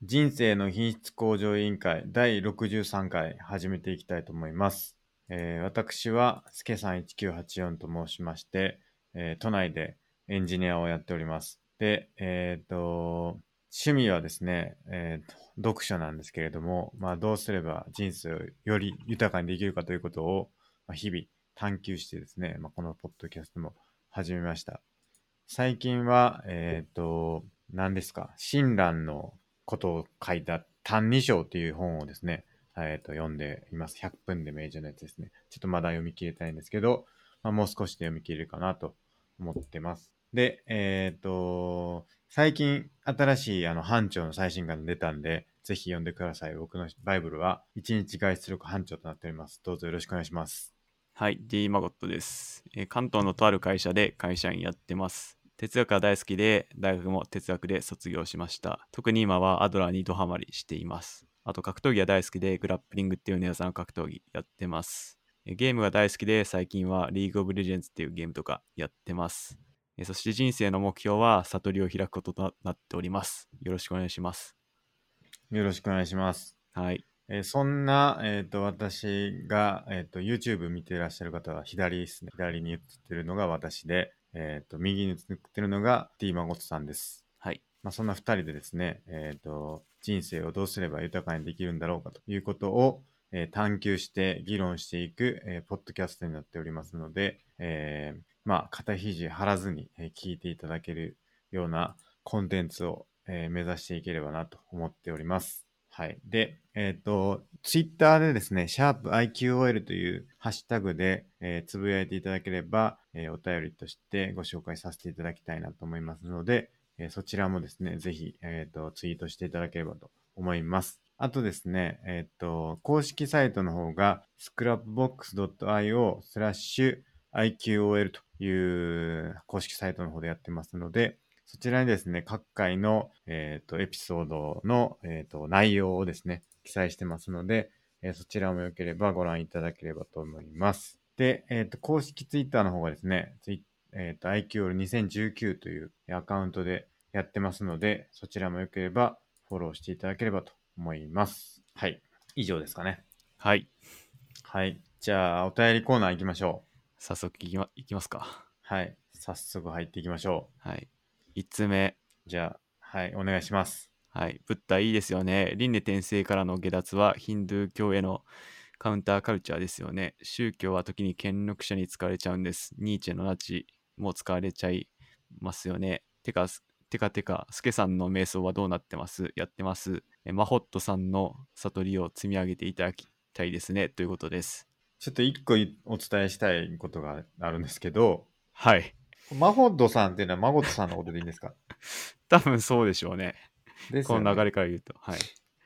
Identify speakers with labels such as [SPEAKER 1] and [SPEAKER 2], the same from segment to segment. [SPEAKER 1] 人生の品質向上委員会第63回始めていきたいと思います。えー私は、すけさん1984と申しまして、えー都内でエンジニアをやっております。で、えっ、と、趣味はですね、えーと、読書なんですけれども、まあ、どうすれば人生をより豊かにできるかということを、まあ日々探求してですね、まあ、このポッドキャストも始めました。最近は、えっ、と、何ですか、親鸞のことを書いた「歎異抄」という本をですね、えーと読んでいます。100分で名著のやつですね。ちょっとまだ読み切れたいんですけど、まあ、もう少しで読み切れるかなと思ってます。で、えっ、と、最近新しいあの班長の最新刊が出たんで、ぜひ読んでください。僕のバイブルは1日外出力班長となっております。どうぞよろしくお願いします。
[SPEAKER 2] はい、D マゴットです、えー関東のとある会社で会社員やってます。哲学が大好きで、大学も哲学で卒業しました。特に今はアドラーにドハマりしています。あと格闘技が大好きで、グラップリングっていう寝技の格闘技やってます。えーゲームが大好きで、最近はリーグオブレジェンズっていうゲームとかやってます。えーそして人生の目標は悟りを開くこととなっております。よろしくお願いします。
[SPEAKER 1] よろしくお願いします。
[SPEAKER 2] はい、
[SPEAKER 1] えーそんな、えっ、と、私が、えっ、と、YouTube 見てらっしゃる方は左ですね。左に映ってるのが私で、えっ、と、右に映ってるのが T マゴットさんです。
[SPEAKER 2] はい、
[SPEAKER 1] まあ、そんな二人でですね、えっ、と、人生をどうすれば豊かにできるんだろうかということを、えー探求して議論していく、えーポッドキャストになっておりますので、えーまあ、肩肘張らずに、えー聞いていただけるようなコンテンツを、えー目指していければなと思っております。はい。で、えっ、と、ツイッターでですね、シャープ i q o l というハッシュタグで、えーつぶやいていただければ、えーお便りとしてご紹介させていただきたいなと思いますので、えーそちらもですね、ぜひ、えーとツイートしていただければと思います。あとですね、えっ、と、公式サイトの方が scrapbox.io スラッシュ IQOL という公式サイトの方でやってますので、そちらにですね、各回の、えーとエピソードの、えーと内容をですね、記載してますので、えーそちらもよければご覧いただければと思います。で、えっ、と、公式ツイッターの方がですね、ツイえっ、と、IQL2019 というアカウントでやってますので、そちらもよければフォローしていただければと思います。はい。以上ですかね。
[SPEAKER 2] はい、
[SPEAKER 1] はい。じゃあ、お便りコーナー行きましょう。
[SPEAKER 2] 早速いき,、ま、いきますか。
[SPEAKER 1] はい。早速入っていきましょ
[SPEAKER 2] はい、5つ目。
[SPEAKER 1] う。じゃあ、はい。お願いします。
[SPEAKER 2] はい、ブッダいいですよね。輪廻転生からの下脱はヒンドゥー教へのカウンターカルチャーですよね。宗教は時に権力者に使われちゃうんです。ニーチェのナチも使われちゃいますよね。てか、すてかてか、スケさんの瞑想はどうなってますやってます。えマホットさんの悟りを積み上げていただきたいですね。ということです。
[SPEAKER 1] ちょっと一個いお伝えしたいことがあるんですけど、
[SPEAKER 2] はい。
[SPEAKER 1] マホッドさんっていうのはマゴットさんのことでいいんです か
[SPEAKER 2] 多分そうでしょうね。
[SPEAKER 1] ですよ
[SPEAKER 2] こ
[SPEAKER 1] ね
[SPEAKER 2] の流れから言うと。はい。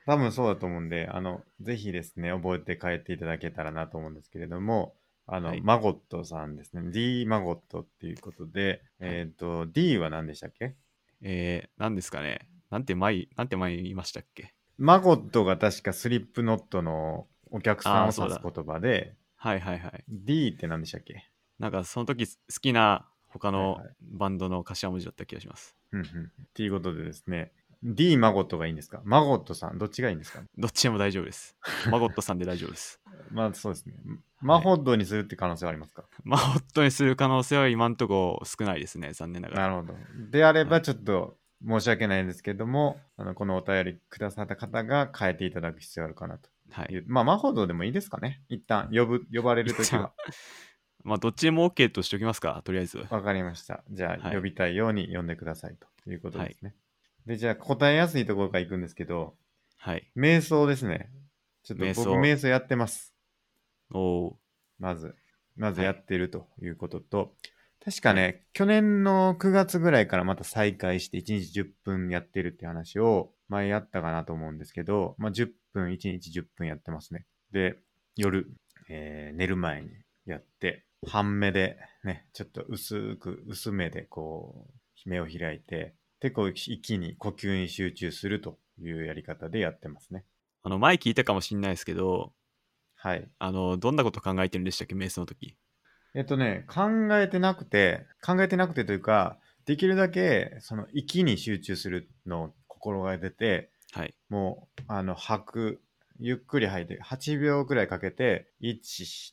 [SPEAKER 1] 多分そうだと思うんで、あの、ぜひですね、覚えて帰っていただけたらなと思うんですけれども、あの、
[SPEAKER 2] はい
[SPEAKER 1] マゴットさんですね。D マゴットっていうことで、えっ、と、D は何でしたっけ
[SPEAKER 2] えー、何ですかね。なんて前、なんて前言いましたっけ
[SPEAKER 1] マゴットが確かスリップノットのお客さんを
[SPEAKER 2] あ
[SPEAKER 1] 指
[SPEAKER 2] ー
[SPEAKER 1] す
[SPEAKER 2] そうだ
[SPEAKER 1] 言葉で、
[SPEAKER 2] はいはいはい。
[SPEAKER 1] D って何でしたっけ
[SPEAKER 2] なんかその時す好きな他の
[SPEAKER 1] はいは
[SPEAKER 2] バンドの頭文字だった気がします。
[SPEAKER 1] うんうん。っていうことでですね、D マゴットがいいんですかマゴットさん、どっちがいいんですか
[SPEAKER 2] どっちでも大丈 夫です。マゴットさんで大丈夫です。
[SPEAKER 1] まあそうですね。マホッドにするって可能性はありますか、
[SPEAKER 2] マゴットにする可能性は今んとこ少ないですね、残念なが
[SPEAKER 1] なる
[SPEAKER 2] ら。
[SPEAKER 1] ほど。であれ
[SPEAKER 2] は
[SPEAKER 1] ば、ちょっと申し訳ないんですけども、あのこのお便りくださった方が変えていただく必要あるかなと
[SPEAKER 2] はいい。
[SPEAKER 1] う。まあ、マホドでもいいですかね。一旦呼ぶ、呼ばれるときは。
[SPEAKER 2] まあどっちでも OK としておきますか、とりあえず。
[SPEAKER 1] わかりました。じゃあ、
[SPEAKER 2] はい
[SPEAKER 1] 呼びたいように呼んでくださいということですね。で、じゃあ、答えやすいところから行くんですけど、
[SPEAKER 2] はい。
[SPEAKER 1] 瞑想ですね。ちょっと
[SPEAKER 2] 瞑
[SPEAKER 1] 僕、
[SPEAKER 2] 想
[SPEAKER 1] 瞑想やってます。
[SPEAKER 2] おー
[SPEAKER 1] まず、まずやってるということと、確かね、去年の9月ぐらいからまた再開して1日10分やってるって話を前やったかなと思うんですけど、まあ、10分、1日10分やってますね。で、夜、えー寝る前にやって、半目でね、ちょっと薄く、薄めでこう、目を開いて、で、こう、息に呼吸に集中するというやり方でやってますね。
[SPEAKER 2] あの前聞いたかもしんないですけど、
[SPEAKER 1] はい。
[SPEAKER 2] あの、どんなこと考えてるんでしたっけ、瞑想の時。
[SPEAKER 1] えっとね、考えてなくて、考えてなくてというか、できるだけその息に集中するのを心がけてて、
[SPEAKER 2] はい。
[SPEAKER 1] もう、あの、吐く、ゆっくり吐いて、8秒くらいかけて、1、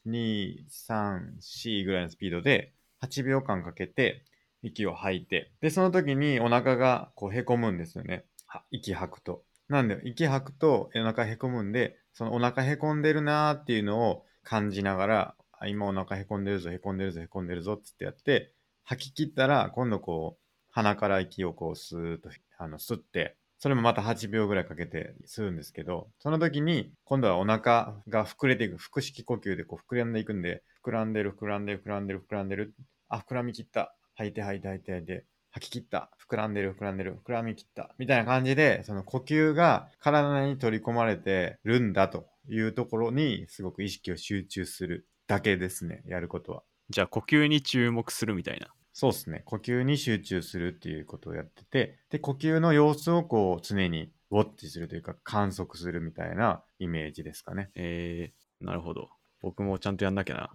[SPEAKER 1] 2、3、4ぐらいのスピードで、8秒間かけて、息を吐いて、で、その時にお腹がこうへこむんですよね。は息吐くと。なんで、息吐くとお腹へこむんで、そのお腹へこんでるなーっていうのを感じながら、あ今お腹へこんでるぞ、へこんでるぞ、へこんでるぞっつってやって、吐き切ったら、今度こう、鼻から息をこうスーッとあの吸ってそれもまた8秒ぐらいかけて吸うんですけどその時に今度はお腹が膨れていく腹式呼吸でこう膨らんでいくんで膨らんでる膨らんでる膨らんでる膨らんでるあ膨らみ切った吐いて吐いて吐いて吐いて吐き切った膨らんでる膨らんでる膨らみ切ったみたいな感じでその呼吸が体に取り込まれてるんだというところにすごく意識を集中するだけですねやることは
[SPEAKER 2] じゃあ呼吸に注目するみたいな。
[SPEAKER 1] そうですね。呼吸に集中するっていうことをやってて、で、呼吸の様子をこう常にウォッチするというか観測するみたいなイメージですかね。
[SPEAKER 2] えー、なるほど。僕もちゃんとやんなきゃな。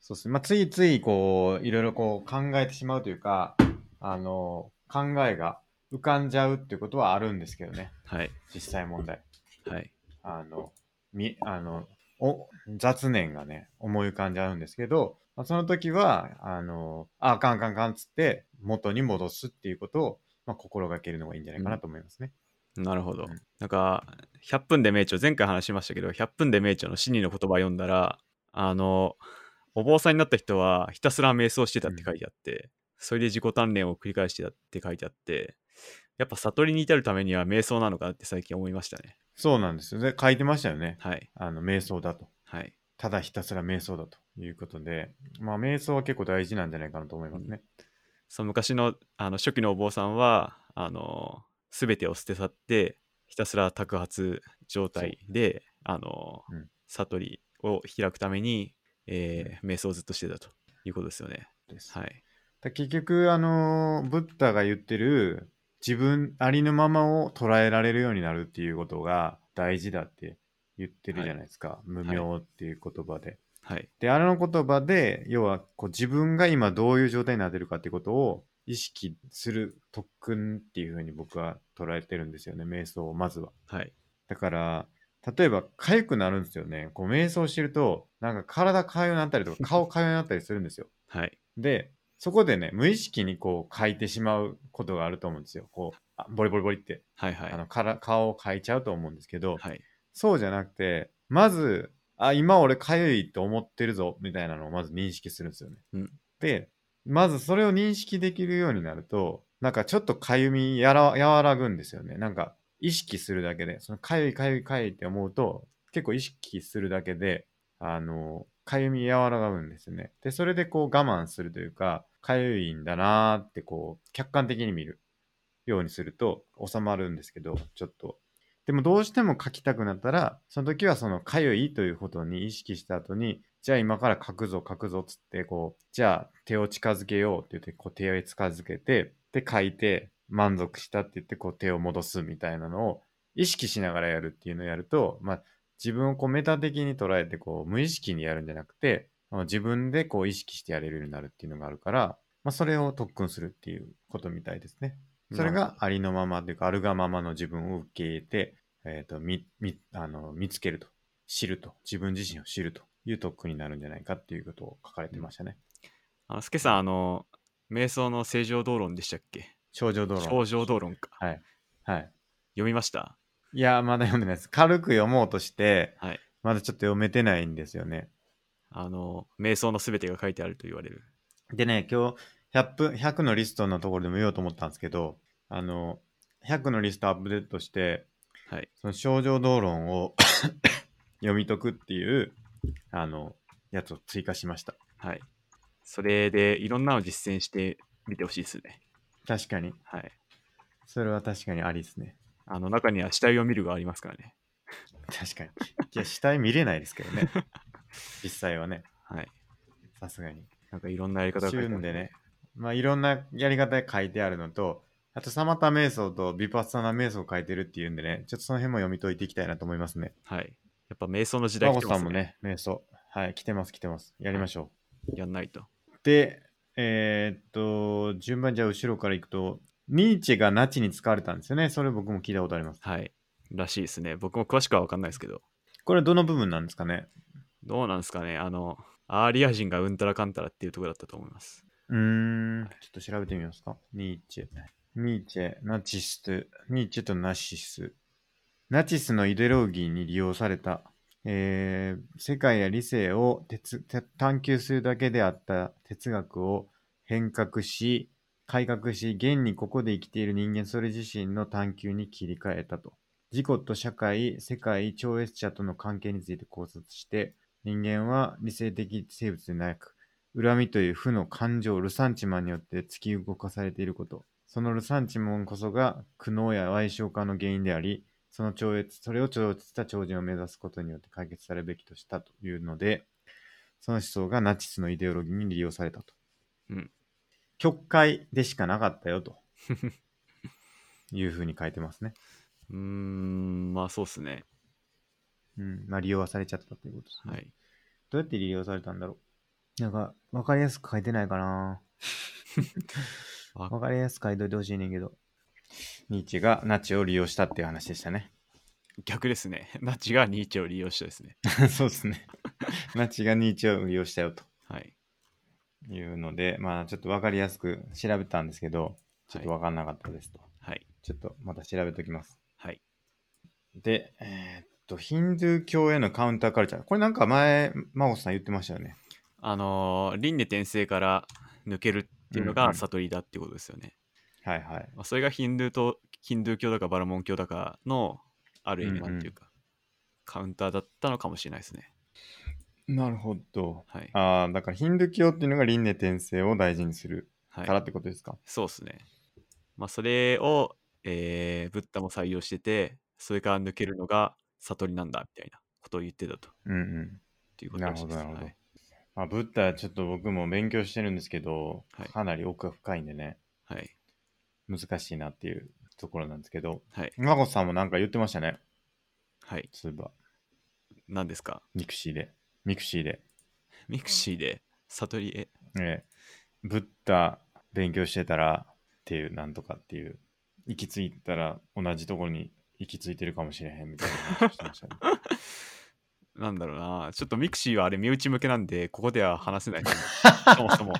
[SPEAKER 1] そうですね。まあ、ついついこう、いろいろこう考えてしまうというか、あの、考えが浮かんじゃうっていうことはあるんですけどね。
[SPEAKER 2] はい。
[SPEAKER 1] 実際問題。
[SPEAKER 2] はい。
[SPEAKER 1] あの、み、あの、お、雑念がね、思い浮かんじゃうんですけど、まあ、その時は、あの、あ、カンカンカンつって、元に戻すっていうことを、まあ、心がけるのがいいんじゃないかなと思いますね。
[SPEAKER 2] なるほど
[SPEAKER 1] うん。
[SPEAKER 2] なんか、100分で名著、前回話しましたけど、100分で名著の真理の言葉を読んだら、あの、お坊さんになった人はひたすら瞑想してたって書いてあって、それで自己鍛錬を繰り返してたって書いてあって、やっぱ悟りに至るためには瞑想なのかなって最近思いましたね。
[SPEAKER 1] そうなんですよ。で、書いてましたよね。
[SPEAKER 2] はい。
[SPEAKER 1] あの、瞑想だと。
[SPEAKER 2] はい。
[SPEAKER 1] ただひたすら瞑想だということで、まあ、瞑想は結構大事なんじゃないかなと思いますね。
[SPEAKER 2] その昔のあの初期のお坊さんは、あの、すべてを捨て去って、ひたすら托発状態で、あの、
[SPEAKER 1] うん
[SPEAKER 2] 悟りを開くために、えー瞑想をずっとしてたということですよね。
[SPEAKER 1] です
[SPEAKER 2] はい。
[SPEAKER 1] だ結局、あの、ブッダが言ってる、自分ありのままを捉えられるようになるっていうことが大事だって言ってるじゃないですか。無名っていう言葉で。
[SPEAKER 2] はい。
[SPEAKER 1] で、あれの言葉で、要はこう自分が今どういう状態になってるかってことを意識する特訓っていうふうに僕は捉えてるんですよね、瞑想をまずは。
[SPEAKER 2] はい。
[SPEAKER 1] だから、例えば、痒くなるんですよね。こう、瞑想してると、なんか体痒くなったりとか、顔痒くなったりするんですよ。
[SPEAKER 2] はい。
[SPEAKER 1] で、そこでね、無意識にこう、描いてしまうことがあると思うんですよ。こう、あボリボリボリって、
[SPEAKER 2] はい。はい
[SPEAKER 1] あ。のから顔を描いちゃうと思うんですけど、
[SPEAKER 2] はい。
[SPEAKER 1] そうじゃなくて、まず、あ、今俺かゆいと思ってるぞ、みたいなのをまず認識するんですよね。
[SPEAKER 2] うん
[SPEAKER 1] で、まずそれを認識できるようになると、なんかちょっとかゆみやら和らぐんですよね。なんか意識するだけで、そのかゆいかゆいかゆいって思うと、結構意識するだけで、あの、かゆみ和らぐんですよね。で、それでこう我慢するというか、かゆいんだなーってこう、客観的に見るようにすると収まるんですけど、ちょっと。でもどうしても書きたくなったら、その時はそのかゆいということに意識した後に、じゃあ今から書くぞ書くぞっつって、こう、じゃあ手を近づけようって言って、こう手を近づけて、で書いて満足したって言って、こう手を戻すみたいなのを意識しながらやるっていうのをやると、まあ自分をこうメタ的に捉えて、こう無意識にやるんじゃなくて、あの自分でこう意識してやれるようになるっていうのがあるから、まあそれを特訓するっていうことみたいですね。それ
[SPEAKER 2] なる
[SPEAKER 1] がありのままというか、あるがままの自分を受け入れて、えっ、と、み、み、あの、見つけると、知ると、自分自身を知るという特訓になるんじゃないかっていうことを書かれてましたね。
[SPEAKER 2] あの、スケさん、あの、瞑想の正常道論でしたっけ
[SPEAKER 1] 症状道路。
[SPEAKER 2] 正常道論か。
[SPEAKER 1] はい。
[SPEAKER 2] 読みました
[SPEAKER 1] いや、まだ読んでないです。軽く読もうとして、
[SPEAKER 2] はい。
[SPEAKER 1] まだちょっと読めてないんですよね。
[SPEAKER 2] あの、瞑想のすべてが書いてあると言われる。
[SPEAKER 1] でね、今日100分、100のリストのところでも言おうと思ったんですけど、あの、100のリストアップデートして、
[SPEAKER 2] はい。
[SPEAKER 1] その症状道論を 読み解くっていう、あの、やつを追加しました。
[SPEAKER 2] はい。それで、いろんなのを実践してみてほしいですね。
[SPEAKER 1] 確かに。
[SPEAKER 2] はい。
[SPEAKER 1] それは確かにありですね。
[SPEAKER 2] あの、中には死体を見るがありますからね。
[SPEAKER 1] 確かに。いや、死体見れないですけど ね。実際はね、
[SPEAKER 2] はい。
[SPEAKER 1] さすがに。
[SPEAKER 2] なんかいろんなやり方が書いてある
[SPEAKER 1] 旬でね。、まあ、いろんなやり方が書いてあるのと、あと、サマタ瞑想とビパッサナ瞑想を書いてるっていうんでね、ちょっとその辺も読み解いていきたいなと思いますね。
[SPEAKER 2] はい。やっぱ瞑想の時代
[SPEAKER 1] マ
[SPEAKER 2] 来
[SPEAKER 1] ゴ
[SPEAKER 2] てま
[SPEAKER 1] さ
[SPEAKER 2] す
[SPEAKER 1] んもね、瞑想。はい、来てます、来てます。やりましょ
[SPEAKER 2] やんないと。
[SPEAKER 1] う。で、えーっと、順番にじゃあ後ろから行くと、ニーチェがナチに使われたんですよね。それ僕も聞いたことあります。
[SPEAKER 2] はい。らしいですね。僕も詳しくは分かんないですけど。
[SPEAKER 1] これどの部分なんですかね
[SPEAKER 2] どうなんですかね。あの、アーリア人がうんたらかんたらっていうところだったと思います。
[SPEAKER 1] うーん、ちょっと調べてみますか。ニーチェ。ニーチェ、ナチスと、ニーチェとナシス。ナチスのイデロギーに利用された。えー世界や理性を哲て探求するだけであった哲学を変革し、改革し、現にここで生きている人間それ自身の探求に切り替えたと。自己と社会、世界、超越者との関係について考察して、人間は理性的生物でなく、恨みという負の感情、ルサンチマンによって突き動かされていること。そのルサンチマンこそが苦悩や矮小化の原因であり、その超越、それを超越した超人を目指すことによって解決されるべきとしたというので、その思想がナチスのイデオロギーに利用されたと。
[SPEAKER 2] うん
[SPEAKER 1] 極快でしかなかったよと。 いうふうに書いてますね。
[SPEAKER 2] うーん、まあそうですね。
[SPEAKER 1] うん。まあ、利用はされちゃったということですね。
[SPEAKER 2] はい。
[SPEAKER 1] どうやって利用されたんだろう。なんか、わかりやすく書いてないかな。
[SPEAKER 2] わ
[SPEAKER 1] わかりやすく書いといてほしいねんけど。ニーチェがナチを利用したっていう話でしたね。
[SPEAKER 2] 逆ですね。 ナチがニーチェを利用したですね。
[SPEAKER 1] そうですね。 ナチがニーチェを利用したよと
[SPEAKER 2] はい。
[SPEAKER 1] いうので、まあちょっとわかりやすく調べたんですけど、ちょっとわかんなかったですと。
[SPEAKER 2] はい。
[SPEAKER 1] ちょっとまた調べときます。
[SPEAKER 2] はい。
[SPEAKER 1] で、えーっと、ヒンドゥー教へのカウンターカルチャー。これなんか前、真帆さん言ってましたよね。
[SPEAKER 2] あのー、輪廻転生から抜けるっていうの
[SPEAKER 1] うんう
[SPEAKER 2] が
[SPEAKER 1] ん
[SPEAKER 2] 悟りだってことですよね。
[SPEAKER 1] はいはい。
[SPEAKER 2] まあ、それがヒンドゥーと、ヒンドゥー教だかバラモン教だかの、ある意味
[SPEAKER 1] うんう
[SPEAKER 2] なんんていうか、カウンターだったのかもしれないですね。
[SPEAKER 1] なるほど。
[SPEAKER 2] はい。
[SPEAKER 1] ああ、だからヒンドゥー教っていうのが輪廻転生を大事にする
[SPEAKER 2] は
[SPEAKER 1] から
[SPEAKER 2] い、
[SPEAKER 1] ってことですか、
[SPEAKER 2] そうですね。まあ、それを、えー、ブッダも採用してて、それから抜けるのが悟りなんだみたいなことを言ってたと
[SPEAKER 1] うんうん。
[SPEAKER 2] ということらしいです。
[SPEAKER 1] なるほどなるほど
[SPEAKER 2] はい
[SPEAKER 1] まあ、ブッダちょっと僕も勉強してるんですけど、
[SPEAKER 2] はい
[SPEAKER 1] かなり奥が深いんでね、
[SPEAKER 2] はい。
[SPEAKER 1] 難しいなっていうところなんですけど、
[SPEAKER 2] はい。
[SPEAKER 1] マコさんもなんか言ってましたね、
[SPEAKER 2] はい。
[SPEAKER 1] そういえば、
[SPEAKER 2] 何ですか
[SPEAKER 1] ミクシーで。ミクシーで。
[SPEAKER 2] ミクシーで悟りへ。
[SPEAKER 1] ええブッダ勉強してたらっていう、なんとかっていう、行き着いたら同じところに行き着いてるかもしれへんみたいな話してま したね。
[SPEAKER 2] なんだろうな。ちょっとミクシーはあれ身内向けなんで、ここでは話せない と思う。そもそも。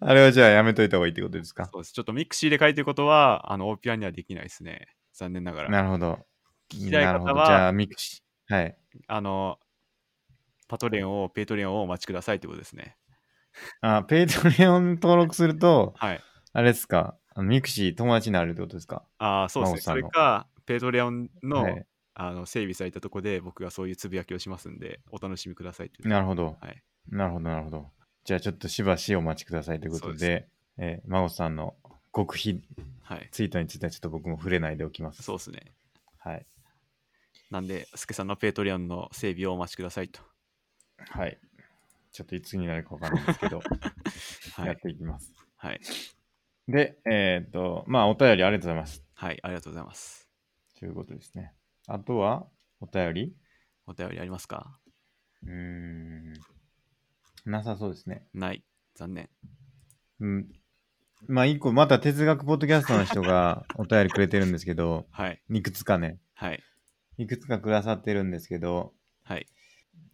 [SPEAKER 1] あれはじゃあやめといた方がいいってことですか
[SPEAKER 2] そうです。ちょっとミクシーで書いてることは、あの、オーピアにはできないですね。残念ながら。
[SPEAKER 1] なるほど。
[SPEAKER 2] きたい
[SPEAKER 1] な
[SPEAKER 2] 方は
[SPEAKER 1] るほど。じゃあミクシー。はい。
[SPEAKER 2] あの、パトレオンを、ペイトレオンをお待ちくださいってことですね。
[SPEAKER 1] あ、ペイトレオン登録すると、
[SPEAKER 2] はい。
[SPEAKER 1] あれですかあのミクシー友達になるってことですか
[SPEAKER 2] ああ、そうです
[SPEAKER 1] 真
[SPEAKER 2] ね。そ
[SPEAKER 1] 帆さん
[SPEAKER 2] れ
[SPEAKER 1] の
[SPEAKER 2] か、ペイトレオンの,、
[SPEAKER 1] はい
[SPEAKER 2] あの整備されたとこで、僕がそういうつぶやきをしますんで、お楽しみくださいっていう。
[SPEAKER 1] なるほど。
[SPEAKER 2] はい
[SPEAKER 1] なるほど、なるほど。じゃあちょっとしばしお待ちくださいということ
[SPEAKER 2] そう
[SPEAKER 1] で、えー、孫さんの極秘
[SPEAKER 2] はい。
[SPEAKER 1] ツイートについてはちょっと僕も触れないでおきます。
[SPEAKER 2] そうですね。
[SPEAKER 1] はい。
[SPEAKER 2] なんで、スケさんのペイトレオンの整備をお待ちくださいと。
[SPEAKER 1] はい。ちょっといつになるかわかんないですけど、
[SPEAKER 2] は
[SPEAKER 1] やっ
[SPEAKER 2] い。
[SPEAKER 1] ていきます。
[SPEAKER 2] はい。
[SPEAKER 1] で、えっ、と、まあお便りありがとうございます。
[SPEAKER 2] はい。ありがとうございます。
[SPEAKER 1] ということですね。あとは、お便り
[SPEAKER 2] お便りありますか
[SPEAKER 1] うーん。なさそうですね。
[SPEAKER 2] ない。残念。
[SPEAKER 1] うん。まあ一個、また哲学ポッドキャストの人がお便りくれてるんですけど、
[SPEAKER 2] はい。
[SPEAKER 1] いくつかね、
[SPEAKER 2] はい。
[SPEAKER 1] いくつかくださってるんですけど、
[SPEAKER 2] はい。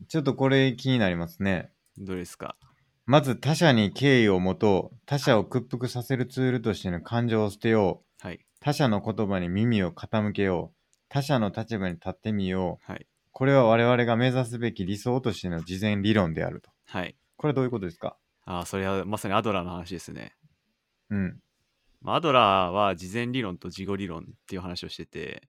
[SPEAKER 1] ちょっとこれ気になりますね。
[SPEAKER 2] どれですか
[SPEAKER 1] まず他者に敬意を持とう。他者を屈服させるツールとしての感情を捨てよう。
[SPEAKER 2] はい。
[SPEAKER 1] 他者の言葉に耳を傾けよう。他者の立場に立ってみよう。
[SPEAKER 2] はい。
[SPEAKER 1] これは我々が目指すべき理想としての事前理論であると。
[SPEAKER 2] はい。
[SPEAKER 1] これはどういうことですか
[SPEAKER 2] ああ、それはまさにアドラーの話ですね。
[SPEAKER 1] うん。
[SPEAKER 2] まあアドラーは事前理論と事後理論っていう話をしてて、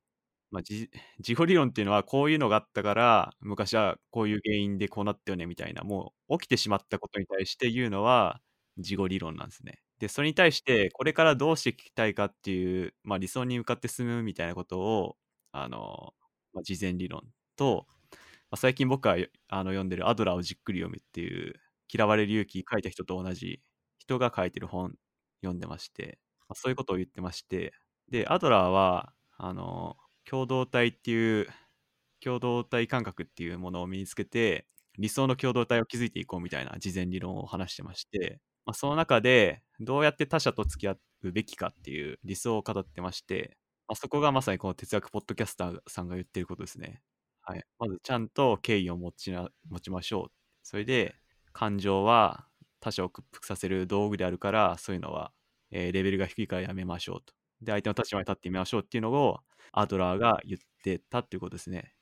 [SPEAKER 2] まあ、事 事後理論っていうのはこういうのがあったから昔はこういう原因でこうなったよねみたいなもう起きてしまったことに対して言うのは事後理論なんですね。でそれに対してこれからどうしていきたいかっていう、まあ、理想に向かって進むみたいなことをあの、まあ、事前理論と、まあ、最近僕がよあの読んでる「アドラーをじっくり読む」っていう嫌われる勇気書いた人と同じ人が書いてる本読んでまして、まあそういうことを言ってましてでアドラーはあの共同体っていう共同体感覚っていうものを身につけて理想の共同体を築いていこうみたいな事前理論を話してましてまあ、その中でどうやって他者と付き合うべきかっていう理想を語ってまして、まあ、そこがまさにこの哲学ポッドキャスターさんが言ってることですね。はい、まずちゃんと敬意を持ちな持ちましょう。それで感情は他者を屈服させる道具であるからそういうのは、えーレベルが低いからやめましょうと。で相手の立場に立ってみましょうっていうのをアドラーが言ってたっていうことですね。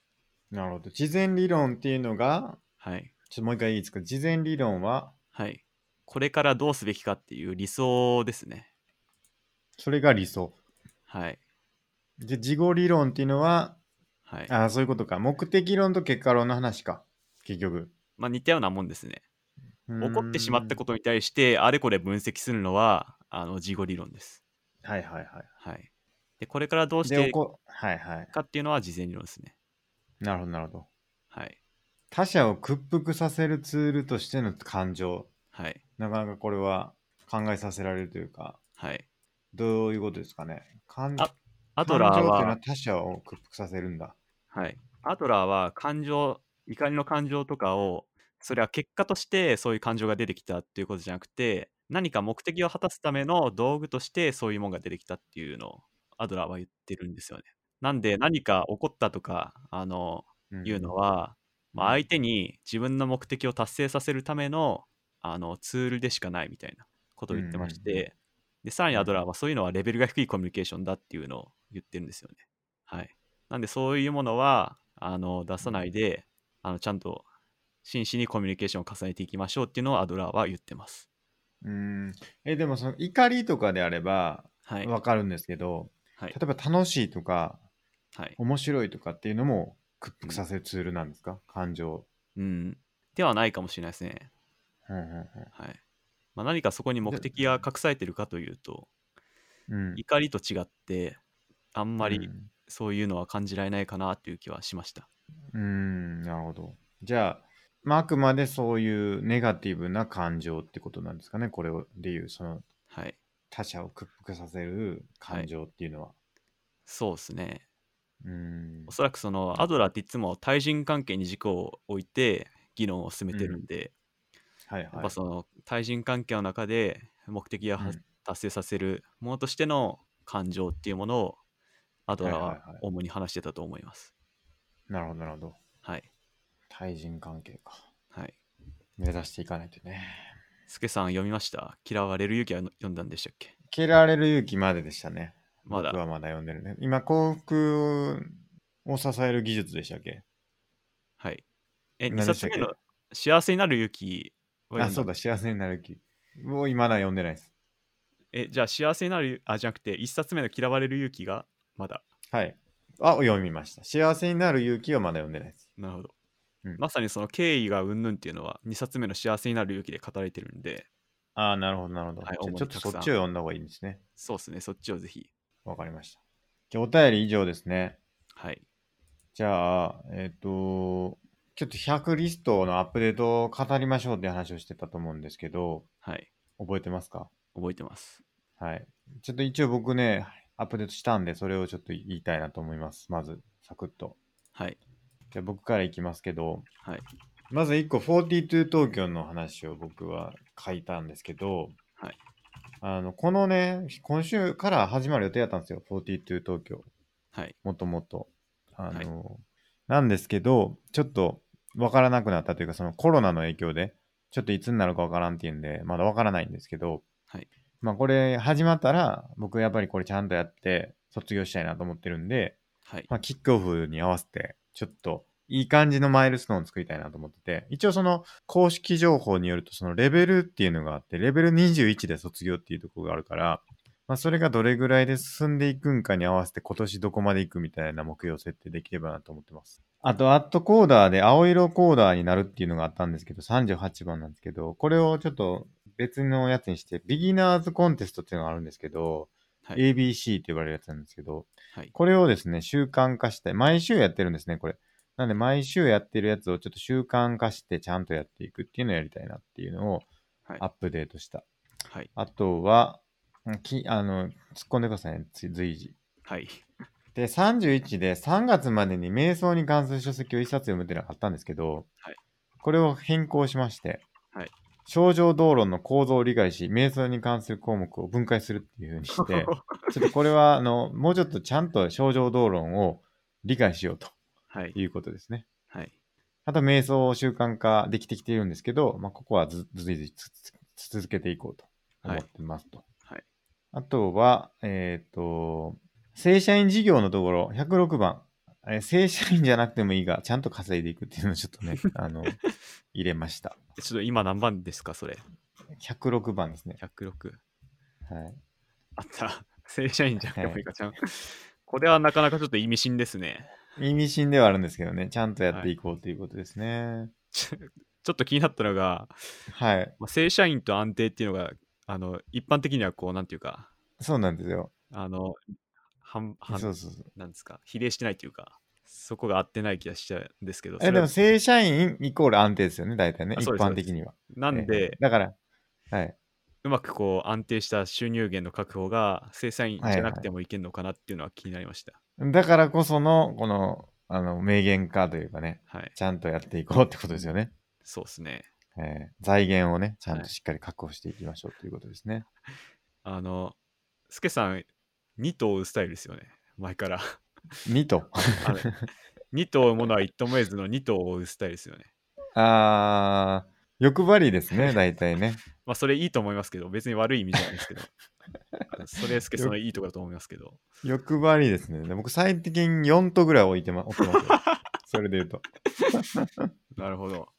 [SPEAKER 1] なるほど。事前理論っていうのが、
[SPEAKER 2] はい。
[SPEAKER 1] ちょっともう一回いいですか事前理論は、
[SPEAKER 2] はい。これからどうすべきかっていう理想ですね。
[SPEAKER 1] それが理想。
[SPEAKER 2] はい。
[SPEAKER 1] で、事後理論っていうのは、
[SPEAKER 2] はい。
[SPEAKER 1] ああ、そういうことか。目的論と結果論の話か。結局。。
[SPEAKER 2] まあ似たようなもんですね。起こってしまったこととに対してあれこれ分析するのはあの事後理論です。
[SPEAKER 1] はいはいはい。
[SPEAKER 2] はい。で、これからどうし
[SPEAKER 1] で、
[SPEAKER 2] て
[SPEAKER 1] 起こ、はいはい。
[SPEAKER 2] かっていうのは事前理論ですね。
[SPEAKER 1] なるほどなるほど。
[SPEAKER 2] はい。
[SPEAKER 1] 他者を屈服させるツールとしての感情。
[SPEAKER 2] はい。
[SPEAKER 1] なかなかこれは考えさせられるというか、
[SPEAKER 2] はい。
[SPEAKER 1] どういうことですかね。感
[SPEAKER 2] あアドラー
[SPEAKER 1] 感情っていうの
[SPEAKER 2] は
[SPEAKER 1] は、他者を屈服させるんだ。
[SPEAKER 2] はい。アドラーは感情、怒りの感情とかを、それは結果としてそういう感情が出てきたっていうことじゃなくて、何か目的を果たすための道具としてそういうもんが出てきたっていうのをアドラーは言ってるんですよね。なんで何か起こったとか、あの、
[SPEAKER 1] ん
[SPEAKER 2] いうのは、まあ、
[SPEAKER 1] うん
[SPEAKER 2] 相手に自分の目的を達成させるためのあのツールでしかないみたいなことを言ってまし
[SPEAKER 1] うんうん
[SPEAKER 2] て、でさらに
[SPEAKER 1] うん
[SPEAKER 2] アドラーはそういうのはレベルが低いコミュニケーションだっていうのを言ってるんですよね。はい、なんでそういうものはあの出さないであのちゃんと真摯にコミュニケーションを重ねていきましょうっていうのをアドラーは言ってます。
[SPEAKER 1] うん。え、でもその怒りとかであれば
[SPEAKER 2] はい。
[SPEAKER 1] わかるんですけど、
[SPEAKER 2] はい
[SPEAKER 1] 例えば楽しいとか
[SPEAKER 2] はい
[SPEAKER 1] 面白いとかっていうのも屈服させるツールなんですか、感情。
[SPEAKER 2] うん、ではないかもしれないですね。
[SPEAKER 1] うんうん
[SPEAKER 2] はいまあ、何かそこに目的が隠されてるかというと、
[SPEAKER 1] うんうん
[SPEAKER 2] 怒りと違ってあんま
[SPEAKER 1] う
[SPEAKER 2] り
[SPEAKER 1] ん
[SPEAKER 2] そういうのは感じられないかなっていう気はしました、
[SPEAKER 1] うん、なるほど。じゃあ、まあ、あくまでそういうネガティブな感情ってことなんですかね、これをでいう、その
[SPEAKER 2] はい
[SPEAKER 1] 他者を屈服させる感情っていうのは。
[SPEAKER 2] そうですね
[SPEAKER 1] うん
[SPEAKER 2] お。そらくそのアドラーっていつも対人関係に軸を置いて議論を進めてるんで、
[SPEAKER 1] はい
[SPEAKER 2] やっ
[SPEAKER 1] は
[SPEAKER 2] ぱ
[SPEAKER 1] い。
[SPEAKER 2] その対人関係の中で目的を
[SPEAKER 1] う
[SPEAKER 2] は
[SPEAKER 1] ん
[SPEAKER 2] 達成させるものとしての感情っていうものをアドラー
[SPEAKER 1] はい
[SPEAKER 2] は
[SPEAKER 1] はいはい
[SPEAKER 2] 主に話してたと思います
[SPEAKER 1] なるほど、なるほど。
[SPEAKER 2] はい
[SPEAKER 1] 対人関係か。
[SPEAKER 2] はい
[SPEAKER 1] 目指していかないとね。
[SPEAKER 2] スケさん読みました嫌われる勇気は読んだんでしたっけ
[SPEAKER 1] 蹴られる勇気まででしたね。
[SPEAKER 2] まだ
[SPEAKER 1] 僕はまだ読んでるね。今、幸福を支える技術でしたっけ
[SPEAKER 2] はいえ
[SPEAKER 1] 何で
[SPEAKER 2] 2
[SPEAKER 1] した
[SPEAKER 2] 冊
[SPEAKER 1] っけ
[SPEAKER 2] 目の幸せになる勇気は読んだ
[SPEAKER 1] あ、そうだ、幸せになる気。もう今だ読んでないです。
[SPEAKER 2] え、じゃあ幸せになる、あ、じゃなくて、一冊目の嫌われる勇気がまだ。
[SPEAKER 1] はい。あ、読みました。幸せになる勇気はまだ読んでないです。
[SPEAKER 2] なるほど。
[SPEAKER 1] うん
[SPEAKER 2] まさにその経緯がうんぬんっていうのは、2冊目の幸せになる勇気で語られてるんで、
[SPEAKER 1] ああ、なるほど、なるほど。
[SPEAKER 2] はい
[SPEAKER 1] じゃあちょっとそっ
[SPEAKER 2] 主にたくさん
[SPEAKER 1] ちを読んだ方がいいんですね。
[SPEAKER 2] そうですね、そっちをぜひ。
[SPEAKER 1] わかりました。じゃあ、お便り以上ですね。
[SPEAKER 2] はい。
[SPEAKER 1] じゃあ、えっ、と、ちょっと100リストのアップデートを語りましょうって話をしてたと思うんですけど、
[SPEAKER 2] はい。
[SPEAKER 1] 覚えてますか
[SPEAKER 2] 覚えてます。
[SPEAKER 1] はい。ちょっと一応僕ね、アップデートしたんで、それをちょっと言いたいなと思います。まず、サクッと。
[SPEAKER 2] はい。
[SPEAKER 1] じゃあ僕からいきますけど、
[SPEAKER 2] はい。
[SPEAKER 1] まず1個、42東京の話を僕は書いたんですけど、
[SPEAKER 2] はい
[SPEAKER 1] あのこのね、今週から始まる予定だったんですよ、42東京、
[SPEAKER 2] はい。
[SPEAKER 1] もともと。あのなんですけど、ちょっとわからなくなったというか、そのコロナの影響で、ちょっといつになるかわからんっていうんで、まだわからないんですけど、
[SPEAKER 2] はい。
[SPEAKER 1] まあこれ始まったら、僕やっぱりこれちゃんとやって卒業したいなと思ってるんで、
[SPEAKER 2] はい。
[SPEAKER 1] まあ、キックオフに合わせて、ちょっといい感じのマイルストーン作りたいなと思ってて、一応その公式情報によると、そのレベルっていうのがあって、レベル21で卒業っていうところがあるから、まあ、それがどれぐらいで進んでいくんかに合わせて、今年どこまで行くみたいな目標を設定できればなと思ってます。あと、アットコーダーで青色コーダーになるっていうのがあったんですけど、38番なんですけど、これをちょっと別のやつにして、ビギナーズコンテストっていうのがあるんですけど、
[SPEAKER 2] はい。
[SPEAKER 1] ABC って呼ばれるやつなんですけど、
[SPEAKER 2] はい。
[SPEAKER 1] これをですね、習慣化して、毎週やってるんですね、これ。なんで、毎週やってるやつをちょっと習慣化して、ちゃんとやっていくっていうのをやりたいなっていうのを
[SPEAKER 2] はい
[SPEAKER 1] アップデートした。
[SPEAKER 2] はい。
[SPEAKER 1] あとは、んきあの、突っ込んでくださいね、つ随時。
[SPEAKER 2] はい。
[SPEAKER 1] で、31で3月までに瞑想に関する書籍を1冊読むっていうのがあったんですけど、
[SPEAKER 2] はい
[SPEAKER 1] これを変更しまして、
[SPEAKER 2] はい
[SPEAKER 1] 症状道論の構造を理解し、瞑想に関する項目を分解するっていうふうに して、ちょっとこれは、あの、もうちょっとちゃんと症状道論を理解しようと
[SPEAKER 2] はい。
[SPEAKER 1] いうことですね。
[SPEAKER 2] はい。
[SPEAKER 1] あと、瞑想を習慣化できてきているんですけど、まあ、ここはず随時つつ続けていこうと思ってますと。
[SPEAKER 2] はい。
[SPEAKER 1] あとは、えっ、と、正社員事業のところ、106番。えー正社員じゃなくてもいいが、ちゃんと稼いでいくっていうのをちょっ とね、あの、入れました。
[SPEAKER 2] ちょっと今何番ですか、それ。
[SPEAKER 1] 106番ですね。
[SPEAKER 2] 106。
[SPEAKER 1] はい。
[SPEAKER 2] あった。正社員じゃなくてもいいかちゃん。これはなかなかちょっと意味深ですね。
[SPEAKER 1] 意味深ではあるんですけどね、ちゃんとやっていこうということですね。
[SPEAKER 2] ちょちょっと気になったのが、
[SPEAKER 1] はい。
[SPEAKER 2] まあ、正社員と安定っていうのが、あの、一般的にはこう、なんていうか、
[SPEAKER 1] そうなんですよ。
[SPEAKER 2] あの、半、半
[SPEAKER 1] そうそうそう。
[SPEAKER 2] なんですか、比例してないというか、そこが合ってない気がしちゃうんですけど、そ
[SPEAKER 1] え
[SPEAKER 2] れ
[SPEAKER 1] で
[SPEAKER 2] は
[SPEAKER 1] も正社員イコール安定ですよね、大体ね、
[SPEAKER 2] あ
[SPEAKER 1] 一
[SPEAKER 2] そうです
[SPEAKER 1] 般的には。
[SPEAKER 2] なんで、
[SPEAKER 1] えーだから、はい。
[SPEAKER 2] うまくこう安定した収入源の確保が正社員じゃなくてもいけるのかなっていうのは気になりました。
[SPEAKER 1] だからこその、この、あの、名言化というかね、
[SPEAKER 2] はい、
[SPEAKER 1] ちゃんとやっていこうってことですよね。
[SPEAKER 2] そうですね。
[SPEAKER 1] えー財源をね、ちゃん
[SPEAKER 2] は
[SPEAKER 1] と
[SPEAKER 2] い
[SPEAKER 1] しっかり確保していきましょうということですね。
[SPEAKER 2] あの、スケさん、2頭追うスタイルですよね、前から。
[SPEAKER 1] 2と。
[SPEAKER 2] 2頭追うものは1頭もえずの2頭追うスタイルですよね。
[SPEAKER 1] あー、欲張りです ね、大体ね。
[SPEAKER 2] まあ、それいいと思いますけど、別に悪い意味じゃないです けど。あのそれ、スケさんのいいところだと思いますけど。
[SPEAKER 1] 欲張りですね。で僕、最低限4とぐらい置いてま、置いて ますよ。それで言うと。
[SPEAKER 2] なるほど。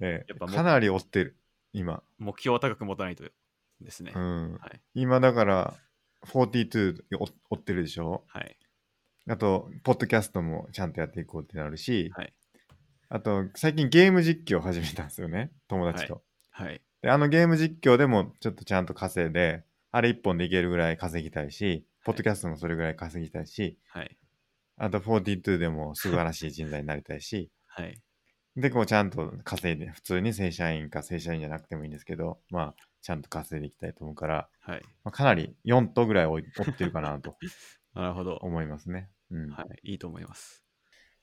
[SPEAKER 1] え
[SPEAKER 2] やっ
[SPEAKER 1] ー
[SPEAKER 2] ぱも
[SPEAKER 1] かなり追ってる、今。
[SPEAKER 2] 目標は高く持たないとですね。
[SPEAKER 1] うん。
[SPEAKER 2] はい。
[SPEAKER 1] 今だから、42お追ってるでしょ
[SPEAKER 2] はい。
[SPEAKER 1] あと、ポッドキャストもちゃんとやっていこうってなるし、
[SPEAKER 2] はい。
[SPEAKER 1] あと、最近ゲーム実況を始めたんですよね、友達と。
[SPEAKER 2] はい。
[SPEAKER 1] で、あのゲーム実況でもちょっとちゃんと稼いで、あれ一本でいけるぐらい稼ぎたいし、ポッドキャストもそれぐらい稼ぎたいし、
[SPEAKER 2] はい。
[SPEAKER 1] あと42でも素晴らしい人材になりたい し、
[SPEAKER 2] はい。
[SPEAKER 1] で、こうちゃんと稼いで、普通に正社員か正社員じゃなくてもいいんですけど、まあ、ちゃんと稼いでいきたいと思うから、
[SPEAKER 2] はい。
[SPEAKER 1] まあ、かなり4頭ぐらい追い追ってるかな と
[SPEAKER 2] なるほど。
[SPEAKER 1] 思いますね。うん。
[SPEAKER 2] はい。いいと思います。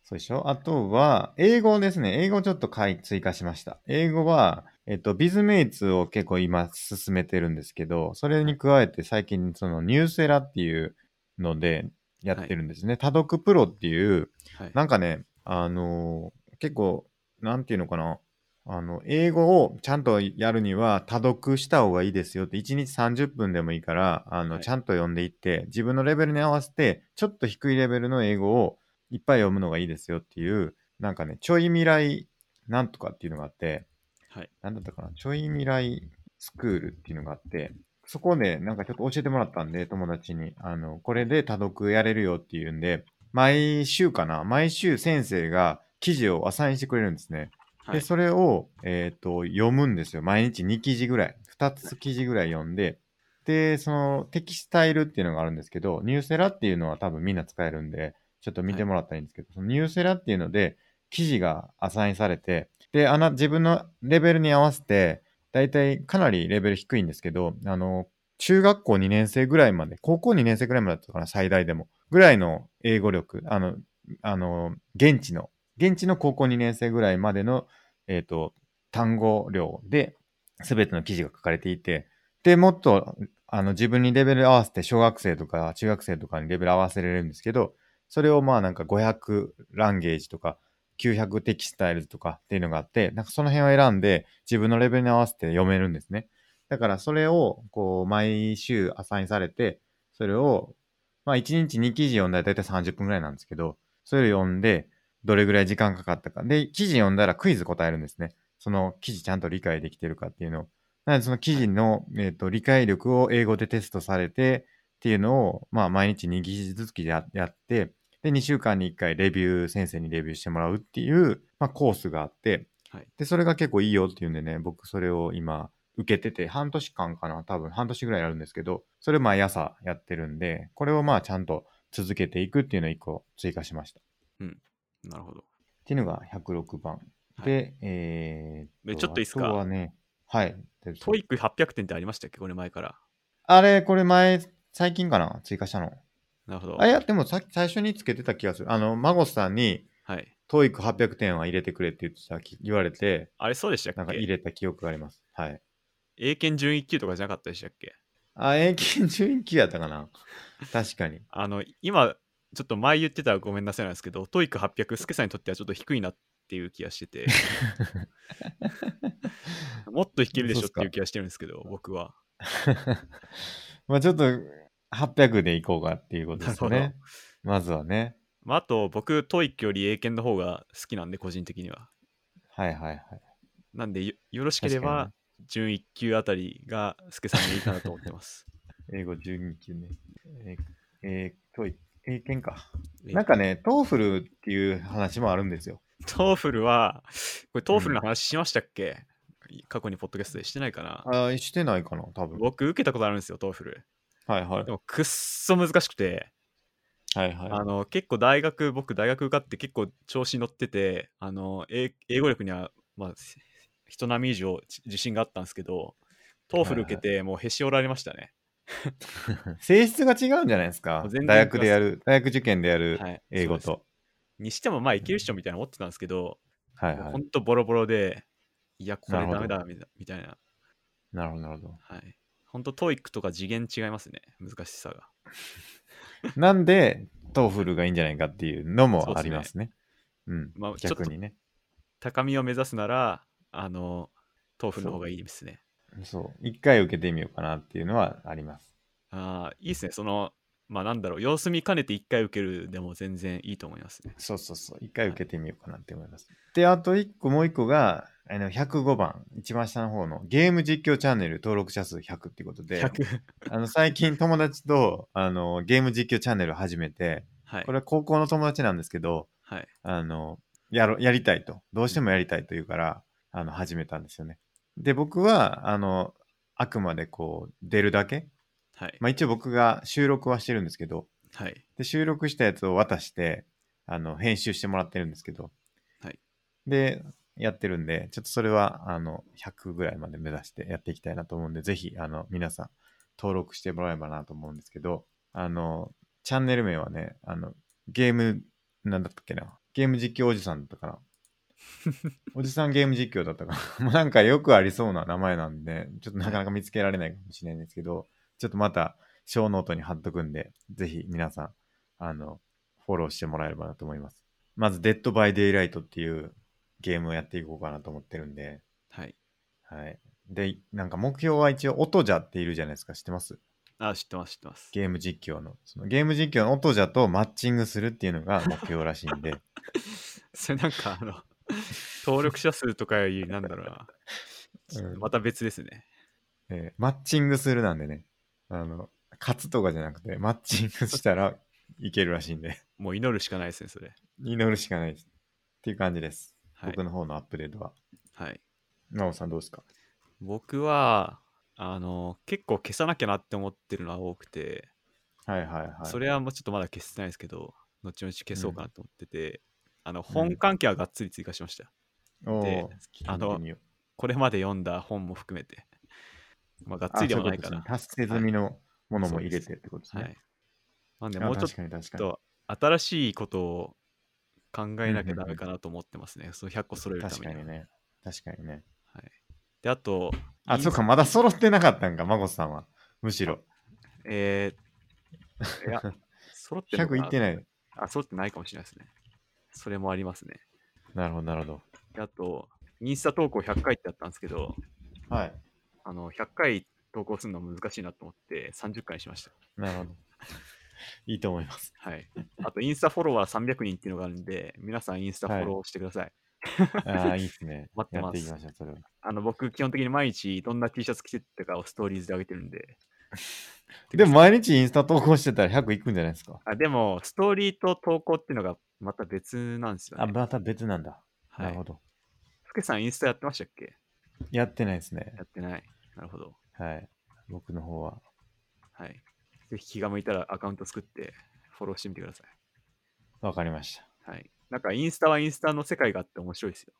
[SPEAKER 1] そうでしょあとは、英語ですね。英語ちょっとかい追加しました。英語は、えっと、ビズメイツを結構今進めてるんですけど、それに加えて最近そのニューセラっていうのでやってるんですね。多読プロっていう、
[SPEAKER 2] はい。
[SPEAKER 1] なんかね、あのー結構、なんていうのかな。あの、英語をちゃんとやるには多読した方がいいですよって、1日30分でもいいから、あの、
[SPEAKER 2] はい
[SPEAKER 1] ちゃんと読んでいって、自分のレベルに合わせて、ちょっと低いレベルの英語をいっぱい読むのがいいですよっていう、なんかね、ちょい未来なんとかっていうのがあって、
[SPEAKER 2] はい。
[SPEAKER 1] なんだったかな、ちょい未来スクールっていうのがあって、そこでなんかちょっと教えてもらったんで、友達に、あの、これで多読やれるよっていうんで、毎週かな、毎週先生が記事をアサインしてくれるんですね。
[SPEAKER 2] は
[SPEAKER 1] で、
[SPEAKER 2] い。
[SPEAKER 1] それを、えっ、と、読むんですよ。毎日2記事ぐらい、2つ記事ぐらい読んで、で、そのテキスタイルっていうのがあるんですけど、ニューセラっていうのは多分みんな使えるんで、ちょっと見てもらったらいいんですけど、そのニューセラっていうので、記事がアサインされて、で、あな、自分のレベルに合わせて、だいたいかなりレベル低いんですけど、あの、中学校2年生ぐらいまで、高校2年生ぐらいまでだったかな、最大でも。ぐらいの英語力、あの、あの、現地の、現地の高校2年生ぐらいまでのえっ、と、単語量で全ての記事が書かれていて、で、もっと、あの、自分にレベル合わせて、小学生とか中学生とかにレベル合わせられるんですけど、それをまあなんか500ランゲージとか、900テキスタイルとかっていうのがあって、なんかその辺を選んで自分のレベルに合わせて読めるんですね。だからそれをこう毎週アサインされて、それをまあ1日2記事読んだら大体30分ぐらいなんですけど、それを読んで、どれぐらい時間かかったか。で、記事読んだらクイズ答えるんですね。その記事ちゃんと理解できてるかっていうのを。なので、その記事の、えー、と理解力を英語でテストされてっていうのを、まあ、毎日2記事ずつややって、で、2週間に1回レビュー、先生にレビューしてもらうっていう、まあ、コースがあって、
[SPEAKER 2] はい
[SPEAKER 1] で、それが結構いいよっていうんでね、僕それを今受けてて、半年間かな、多分半年ぐらいあるんですけど、それ毎朝やってるんで、これをまあちゃんと続けていくっていうのを1個追加しました。
[SPEAKER 2] なるほど。
[SPEAKER 1] っていうのが106番。で、
[SPEAKER 2] は
[SPEAKER 1] えー
[SPEAKER 2] えちょっといいっすか
[SPEAKER 1] あはね、はい。大丈夫
[SPEAKER 2] トイック800点ってありましたっけこれ前から。
[SPEAKER 1] あれ、これ前、最近かな追加したの。
[SPEAKER 2] なるほど。
[SPEAKER 1] あ、いや、でもさ最初につけてた気がする。あの、孫さんに、
[SPEAKER 2] はい。
[SPEAKER 1] トイック800点は入れてくれって言ってたき、言われて、
[SPEAKER 2] あれそうでした
[SPEAKER 1] な
[SPEAKER 2] っ
[SPEAKER 1] んか
[SPEAKER 2] け
[SPEAKER 1] 入れた記憶があります。はい。
[SPEAKER 2] 英検準1級とかじゃなかったでしたっけ
[SPEAKER 1] あ、英 検準1級やったかな。確かに。
[SPEAKER 2] あの、今、ちょっと前言ってたらごめんなさいなんですけど、トイック800、スケさんにとってはちょっと低いなっていう気がして て、もっと弾けるでしょっていう気がしてるんですけど、僕は。
[SPEAKER 1] まあちょっと800でいこうかっていうことです
[SPEAKER 2] なる
[SPEAKER 1] ね。まずはね。
[SPEAKER 2] まあ、あと、僕、トイックより英検の方が好きなんで、個人的には。
[SPEAKER 1] はいはいはい。
[SPEAKER 2] なんでよ、よろしけれ
[SPEAKER 1] 確
[SPEAKER 2] ば、準1級あたりがスケさんでいいかなと思ってます。
[SPEAKER 1] 英語12級ね。えー、えー、トイ英検か。なんかね、トーフルっていう話もあるんですよ。
[SPEAKER 2] トーフルは、これトーフルの話しましたっけ、過去にポッドキャストでしてないかな
[SPEAKER 1] あーしてないかな、多分。
[SPEAKER 2] 僕受けたことあるんですよ、トーフル。
[SPEAKER 1] はいはい
[SPEAKER 2] で。もくっそ難しくて、
[SPEAKER 1] はいはい。
[SPEAKER 2] あの結構大学、僕大学受かって結構調子に乗ってて、あの英英語力には、まあ、せ人並み以上じ自信があったんですけど、トーフル受けてもうへし折られましたね。
[SPEAKER 1] 性質が違うんじゃないですか
[SPEAKER 2] 全然違い。ます
[SPEAKER 1] 大学でやる、大学受験でやる
[SPEAKER 2] はい
[SPEAKER 1] 英語
[SPEAKER 2] そう
[SPEAKER 1] と。
[SPEAKER 2] ですにしてもまあいけるっしょみたいな思ってたんですけど、
[SPEAKER 1] はいは
[SPEAKER 2] ほ
[SPEAKER 1] い。
[SPEAKER 2] んとボロボロで、いや、これ
[SPEAKER 1] なるほ
[SPEAKER 2] ダ
[SPEAKER 1] ど
[SPEAKER 2] メだみたいなみたいな。
[SPEAKER 1] なるほど、なるほ
[SPEAKER 2] はい。ほんとトイックとか次元違いますね、難しさが。
[SPEAKER 1] ど。なんで、トーフルがいいんじゃないかっていうの
[SPEAKER 2] そうっ
[SPEAKER 1] も
[SPEAKER 2] すね
[SPEAKER 1] ありますね。うん。
[SPEAKER 2] まあちょっ
[SPEAKER 1] 逆
[SPEAKER 2] と
[SPEAKER 1] にね。
[SPEAKER 2] 高みを目指すなら、あの、トーフルの方がいいですね。
[SPEAKER 1] そう。一回受けてみようかなっていうのはあります。
[SPEAKER 2] ああ、いいですね。その、まあなんだろう、様子見兼ねて一回受けるでも全然いいと思いますね。
[SPEAKER 1] そうそうそう。一回受けてみようかなって思います。で、あと一個、もう一個が、あの、105番、一番下の方のゲーム実況チャンネル登録者数100っていうことで、
[SPEAKER 2] 100。
[SPEAKER 1] あの、最近友達と、あの、ゲーム実況チャンネル始めて、
[SPEAKER 2] はい
[SPEAKER 1] こ。れは高校の友達なんですけど、
[SPEAKER 2] はい。
[SPEAKER 1] あの、やろ、やりたいと。どうしてもやりたいというから、あの、始めたんですよね。で、僕は、あの、あくまでこう、出るだけ。
[SPEAKER 2] はい。
[SPEAKER 1] まあ一応僕が収録はしてるんですけど、
[SPEAKER 2] はい。
[SPEAKER 1] で、収録したやつを渡して、あの、編集してもらってるんですけど、
[SPEAKER 2] はい。
[SPEAKER 1] で、やってるんで、ちょっとそれは、あの、100ぐらいまで目指してやっていきたいなと思うんで、ぜひ、あの、皆さん、登録してもらえればなと思うんですけど、あの、チャンネル名はね、あの、ゲーム、なんだったっけな、ゲーム実況おじさんだった かな。おじさんゲーム実況だったかな。 もうなんかよくありそうな名前なんで、ちょっとなかなか見つけられないかもしれないんですけど、ちょっとまた、小ノートに貼っとくんで、ぜひ皆さん、あの、フォローしてもらえればなと思います。まず、デッドバイデイライトっていうゲームをやっていこうかなと思ってるんで、
[SPEAKER 2] はい。
[SPEAKER 1] はい。で、なんか目標は一応、音じゃっているじゃないですか、知ってます
[SPEAKER 2] あ、知ってます、知ってます。
[SPEAKER 1] ゲーム実況の。そのゲーム実況の音じゃとマッチングするっていうの が目標らしいんで、
[SPEAKER 2] それなんか、あの、登録者数とかより、なんだろうな。ちょっとまた別ですね。
[SPEAKER 1] えーマッチングするなんでね、あの、勝つとかじゃなくて、マッチングしたらいけるらしいんで、
[SPEAKER 2] もう祈るしかないですね、それ。
[SPEAKER 1] 祈るしかないです。っていう感じです。
[SPEAKER 2] はい
[SPEAKER 1] 僕。の方のアップデートは。
[SPEAKER 2] はい。
[SPEAKER 1] なおさんどうですか
[SPEAKER 2] 僕は、あの、結構消さなきゃなって思ってるのは多くて、
[SPEAKER 1] はいはいはい。
[SPEAKER 2] それ
[SPEAKER 1] は、
[SPEAKER 2] はもうちょっとまだ消してないですけど、後々消そうかなと思ってて、あ
[SPEAKER 1] う
[SPEAKER 2] の
[SPEAKER 1] ん
[SPEAKER 2] 本関係はがっつり追加しました。
[SPEAKER 1] お
[SPEAKER 2] で
[SPEAKER 1] ー
[SPEAKER 2] あ
[SPEAKER 1] 聞い
[SPEAKER 2] の
[SPEAKER 1] てみよう
[SPEAKER 2] これまで読んだ本も含めて、 まあ、がっ
[SPEAKER 1] あ
[SPEAKER 2] つりでもないか
[SPEAKER 1] そう
[SPEAKER 2] ら
[SPEAKER 1] うことですね。達成済みのものも入れてってことです
[SPEAKER 2] は
[SPEAKER 1] ね。
[SPEAKER 2] い。なんで、
[SPEAKER 1] あ
[SPEAKER 2] もうちょ
[SPEAKER 1] 確かに確か
[SPEAKER 2] っ
[SPEAKER 1] に。
[SPEAKER 2] と新しいことを考えなきゃダメかなと思ってますね。そう100個揃えるた
[SPEAKER 1] 確
[SPEAKER 2] め
[SPEAKER 1] か
[SPEAKER 2] には。
[SPEAKER 1] にね。確かにね。
[SPEAKER 2] はい、で、あと、
[SPEAKER 1] あ、
[SPEAKER 2] イン
[SPEAKER 1] そうか、まだ揃ってなかったんか、まこさんは。む しろ。
[SPEAKER 2] えー、いや、揃ってんのか
[SPEAKER 1] 100いってない。
[SPEAKER 2] あ、揃ってないかもしれないですね。それもありますね。
[SPEAKER 1] なるほど、なるほど。
[SPEAKER 2] であと、インスタ投稿100回ってやったんですけど、
[SPEAKER 1] はい。
[SPEAKER 2] あの、100回投稿するの難しいなと思って30回にしました。
[SPEAKER 1] なるほど。 いいと思い ます。
[SPEAKER 2] はい。あと、インスタフォロワー300人っていうのがあるんで、皆さんインスタフォローしてください。
[SPEAKER 1] ああ、いいですね。
[SPEAKER 2] 待って
[SPEAKER 1] や
[SPEAKER 2] ます
[SPEAKER 1] っていきましょう、それは。
[SPEAKER 2] あの、僕、基本的に毎日どんな T シャツ着てったかをストーリーズで上げてるんで。
[SPEAKER 1] でも、毎日インスタ投稿してたら100いくんじゃないですか。
[SPEAKER 2] あでも、ストーリーと投稿っていうのがまた別なんですよね。
[SPEAKER 1] あ、また別なんだ。
[SPEAKER 2] は
[SPEAKER 1] ないるほ。ど。
[SPEAKER 2] ふけさん、インスタやってましたっけ
[SPEAKER 1] やってないですね
[SPEAKER 2] や。ってない。なるほど。
[SPEAKER 1] はい。僕の方は。
[SPEAKER 2] はい。ぜひ気が向いたらアカウント作ってフォローしてみてくださ
[SPEAKER 1] わかりました。
[SPEAKER 2] い。はい。なんか、インスタはインスタの世界があって面白いですよ。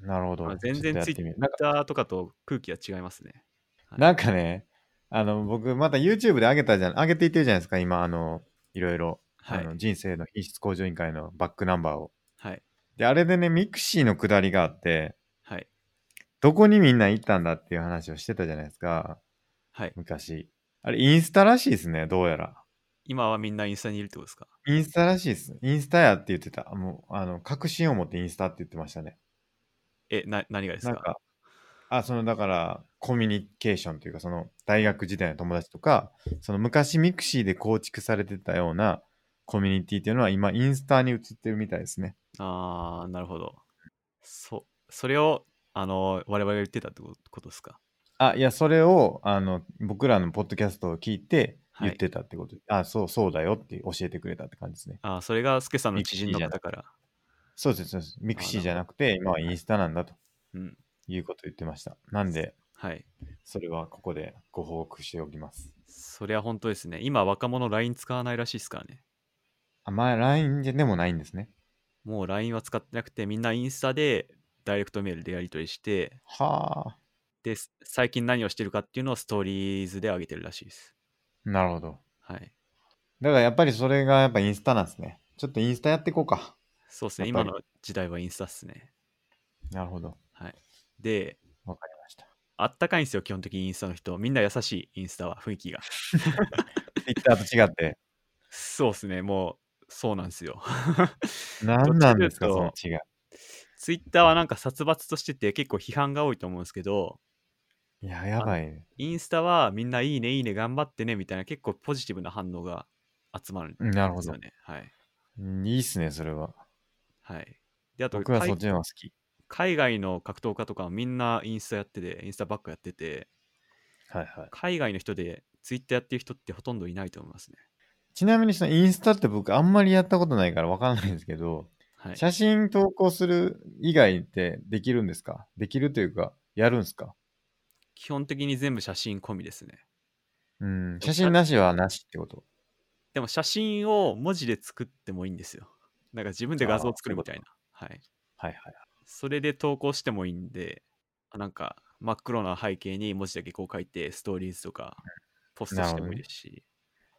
[SPEAKER 1] なるほど
[SPEAKER 2] まあ。全然
[SPEAKER 1] ちょっ
[SPEAKER 2] ツ
[SPEAKER 1] と
[SPEAKER 2] イ
[SPEAKER 1] やってみよ
[SPEAKER 2] ッ
[SPEAKER 1] うなんか
[SPEAKER 2] ターとかと空気が違いますね。はい
[SPEAKER 1] なんかね、あの、僕、また YouTube で上げたじゃん、上げていってるじゃないですか、今、あの、いろいろ、
[SPEAKER 2] は
[SPEAKER 1] あ
[SPEAKER 2] い
[SPEAKER 1] の。人生の品質向上委員会のバックナンバーを。
[SPEAKER 2] はい。
[SPEAKER 1] で、あれでね、ミクシーの下りがあって、
[SPEAKER 2] はい。
[SPEAKER 1] どこにみんな行ったんだっていう話をしてたじゃないですか、
[SPEAKER 2] はい。
[SPEAKER 1] 昔。あれ、インスタらしいですね、どうやら。
[SPEAKER 2] 今はみんなインスタにいるってことですか
[SPEAKER 1] インスタらしいです。インスタやって言ってた。もう、あの、確信を持ってインスタって言ってましたね。
[SPEAKER 2] え、な、何がです
[SPEAKER 1] なん
[SPEAKER 2] か
[SPEAKER 1] か、あ、その、だから、コミュニケーションというか、その、大学時代の友達とか、その、昔ミクシーで構築されてたようなコミュニティっていうのは、今、インスタに移ってるみたいですね。
[SPEAKER 2] ああ、なるほど。そ、それを、あの、我々が言ってたってことことですか
[SPEAKER 1] あ、いや、それを、あの、僕らのポッドキャストを聞いて、
[SPEAKER 2] はい
[SPEAKER 1] 言ってたってこと、あ、そう、そうだよって教えてくれたって感じですね。
[SPEAKER 2] ああ、それがスケさんの知人
[SPEAKER 1] ミ
[SPEAKER 2] の
[SPEAKER 1] クシィじゃな
[SPEAKER 2] 方から。
[SPEAKER 1] そうです、そうです。ミクシーじゃなく
[SPEAKER 2] な
[SPEAKER 1] て、
[SPEAKER 2] るほ
[SPEAKER 1] 今
[SPEAKER 2] ど
[SPEAKER 1] はインスタなんだと
[SPEAKER 2] うん。
[SPEAKER 1] いうことを言ってました。なんで、
[SPEAKER 2] はい。
[SPEAKER 1] それはここでご報告しておきます。
[SPEAKER 2] そりゃ本当ですね。今、若者 LINE 使わないらしいですからね。
[SPEAKER 1] あ、まあ、LINE でもないんですね。
[SPEAKER 2] もう LINE は使ってなくて、みんなインスタでダイレクトメールでやり取りして、
[SPEAKER 1] はあ、
[SPEAKER 2] で、す最近何をしてるかっていうのをストーリーズで上げてるらしいです。
[SPEAKER 1] なるほど。
[SPEAKER 2] はい。
[SPEAKER 1] だからやっぱりそれがやっぱインスタなんですね。ちょっとインスタやっていこうか。
[SPEAKER 2] そうですね。
[SPEAKER 1] やっぱ
[SPEAKER 2] 今
[SPEAKER 1] り
[SPEAKER 2] の時代はインスタっすね。
[SPEAKER 1] なるほど。
[SPEAKER 2] はい。で、
[SPEAKER 1] わかりました。
[SPEAKER 2] あったかいんですよ、基本的にインスタの人。みんな優しい、インスタは、雰囲気が。
[SPEAKER 1] Twitter と違って。
[SPEAKER 2] そうですね、もう、そうなんですよ。
[SPEAKER 1] 何なんですか、
[SPEAKER 2] ど
[SPEAKER 1] そ
[SPEAKER 2] っ
[SPEAKER 1] の
[SPEAKER 2] ち
[SPEAKER 1] 違い。
[SPEAKER 2] ツイッターはなんか殺伐としてて、結構批判が多いと思うんですけど、
[SPEAKER 1] いや、やばいね。
[SPEAKER 2] インスタはみんないいね、いいね、頑張ってね、みたいな結構ポジティブな反応が集まるんで
[SPEAKER 1] うんなるほ
[SPEAKER 2] す
[SPEAKER 1] ど
[SPEAKER 2] よ。ね。はい。
[SPEAKER 1] うんいいっすね、それは。
[SPEAKER 2] はい。で、あと、
[SPEAKER 1] 僕は
[SPEAKER 2] 海
[SPEAKER 1] そっちの方が好き。
[SPEAKER 2] 海外の格闘家とかはみんなインスタやってて、インスタばっかやってて、
[SPEAKER 1] はいはい。
[SPEAKER 2] 海外の人でツイッターやってる人ってほとんどいないと思いますね。
[SPEAKER 1] ちなみにそのインスタって僕あんまりやったことないからわかんないんですけど、
[SPEAKER 2] はい。
[SPEAKER 1] 写真投稿する以外ってできるんですかできるというか、やるんですか
[SPEAKER 2] 基本的に全部写真込みですね。
[SPEAKER 1] うん。写真なしはなしってこと。
[SPEAKER 2] でも写真を文字で作ってもいいんですよ。なんか自分で画像を作るみたいな。はい。
[SPEAKER 1] はいはい。
[SPEAKER 2] それで投稿してもいいんで、あなんか真っ黒な背景に文字だけこう書いて、ストーリーズとかポストしてもいいですし、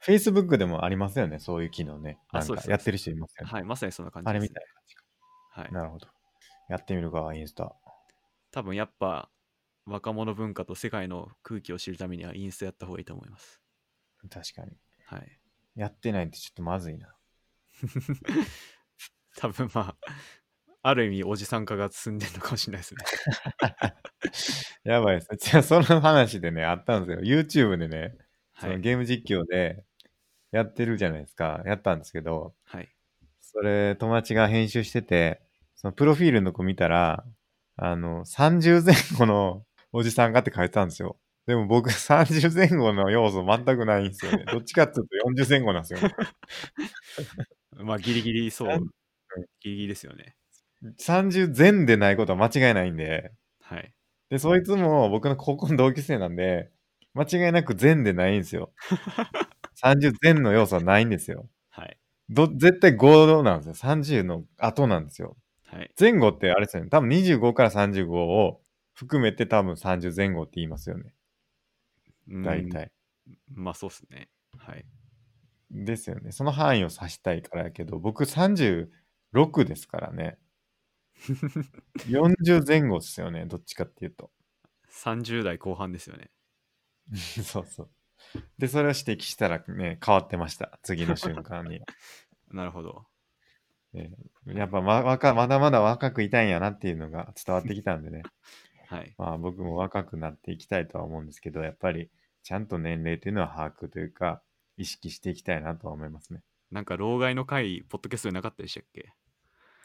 [SPEAKER 1] Facebook でもありますよね、そういう機能ね。
[SPEAKER 2] あ
[SPEAKER 1] なん
[SPEAKER 2] そう
[SPEAKER 1] か
[SPEAKER 2] です
[SPEAKER 1] やってる人いますよね。
[SPEAKER 2] はい、まさにそんな感じ
[SPEAKER 1] あ
[SPEAKER 2] で
[SPEAKER 1] れ
[SPEAKER 2] す、
[SPEAKER 1] み
[SPEAKER 2] ね
[SPEAKER 1] たい。な感じか。
[SPEAKER 2] はい、
[SPEAKER 1] なるほど。やってみるか、インスタ。
[SPEAKER 2] 多分やっぱ若者文化と世界の空気を知るためにはインスタやった方がいいと思います。
[SPEAKER 1] 確かに。
[SPEAKER 2] はい。
[SPEAKER 1] やってないってちょっとまずいな。
[SPEAKER 2] 多分ま あ、ある意味おじさん化が進んでるのかもしれないですね。
[SPEAKER 1] やばいです。 じゃあ、その話でね、あったんですよ。YouTube でね、 そ
[SPEAKER 2] は
[SPEAKER 1] の
[SPEAKER 2] い。
[SPEAKER 1] ゲーム実況でやってるじゃないですか。やったんですけど、
[SPEAKER 2] はい、
[SPEAKER 1] それ、友達が編集してて、そのプロフィールの子見たら、あの、30前後のおじさんがって書いてたんですよ。でも僕30前 後の要素全くないんですよね。どっちかっていうと40前後なんですよ。
[SPEAKER 2] まあギリギ リそう
[SPEAKER 1] なん。
[SPEAKER 2] ギリギリですよね。
[SPEAKER 1] 30前でないことは間違いないんで、
[SPEAKER 2] はい。
[SPEAKER 1] で、そいつも僕の高校の同級生なんで、間違いなく善でないんですよ。30善の要素はないんですよ。
[SPEAKER 2] はい。
[SPEAKER 1] ど絶対5なんですよ。30の後なんですよ。
[SPEAKER 2] はい。
[SPEAKER 1] 前後ってあれですよね。多分25から35を含めて多分30前後って言いますよね。
[SPEAKER 2] うん
[SPEAKER 1] 大。体。
[SPEAKER 2] まあそうですね。はい。
[SPEAKER 1] ですよね。その範囲を指したいからやけど、僕36ですからね。40前後ですよね。どっちかっていうと。
[SPEAKER 2] 30代後半ですよね。
[SPEAKER 1] そうそう。で、それを指摘したらね、変わってました。次の瞬間に。
[SPEAKER 2] なるほど。
[SPEAKER 1] やっぱま若まだまだ若くいたいんやなっていうのが伝わってきたんでね。
[SPEAKER 2] はい。
[SPEAKER 1] まあ僕も若くなっていきたいとは思うんですけど、やっぱりちゃんと年齢っていうのは把握というか、意識していきたいなとは思いますね。
[SPEAKER 2] なんか、老害の会、ポッドキャストでなかったでしたっけ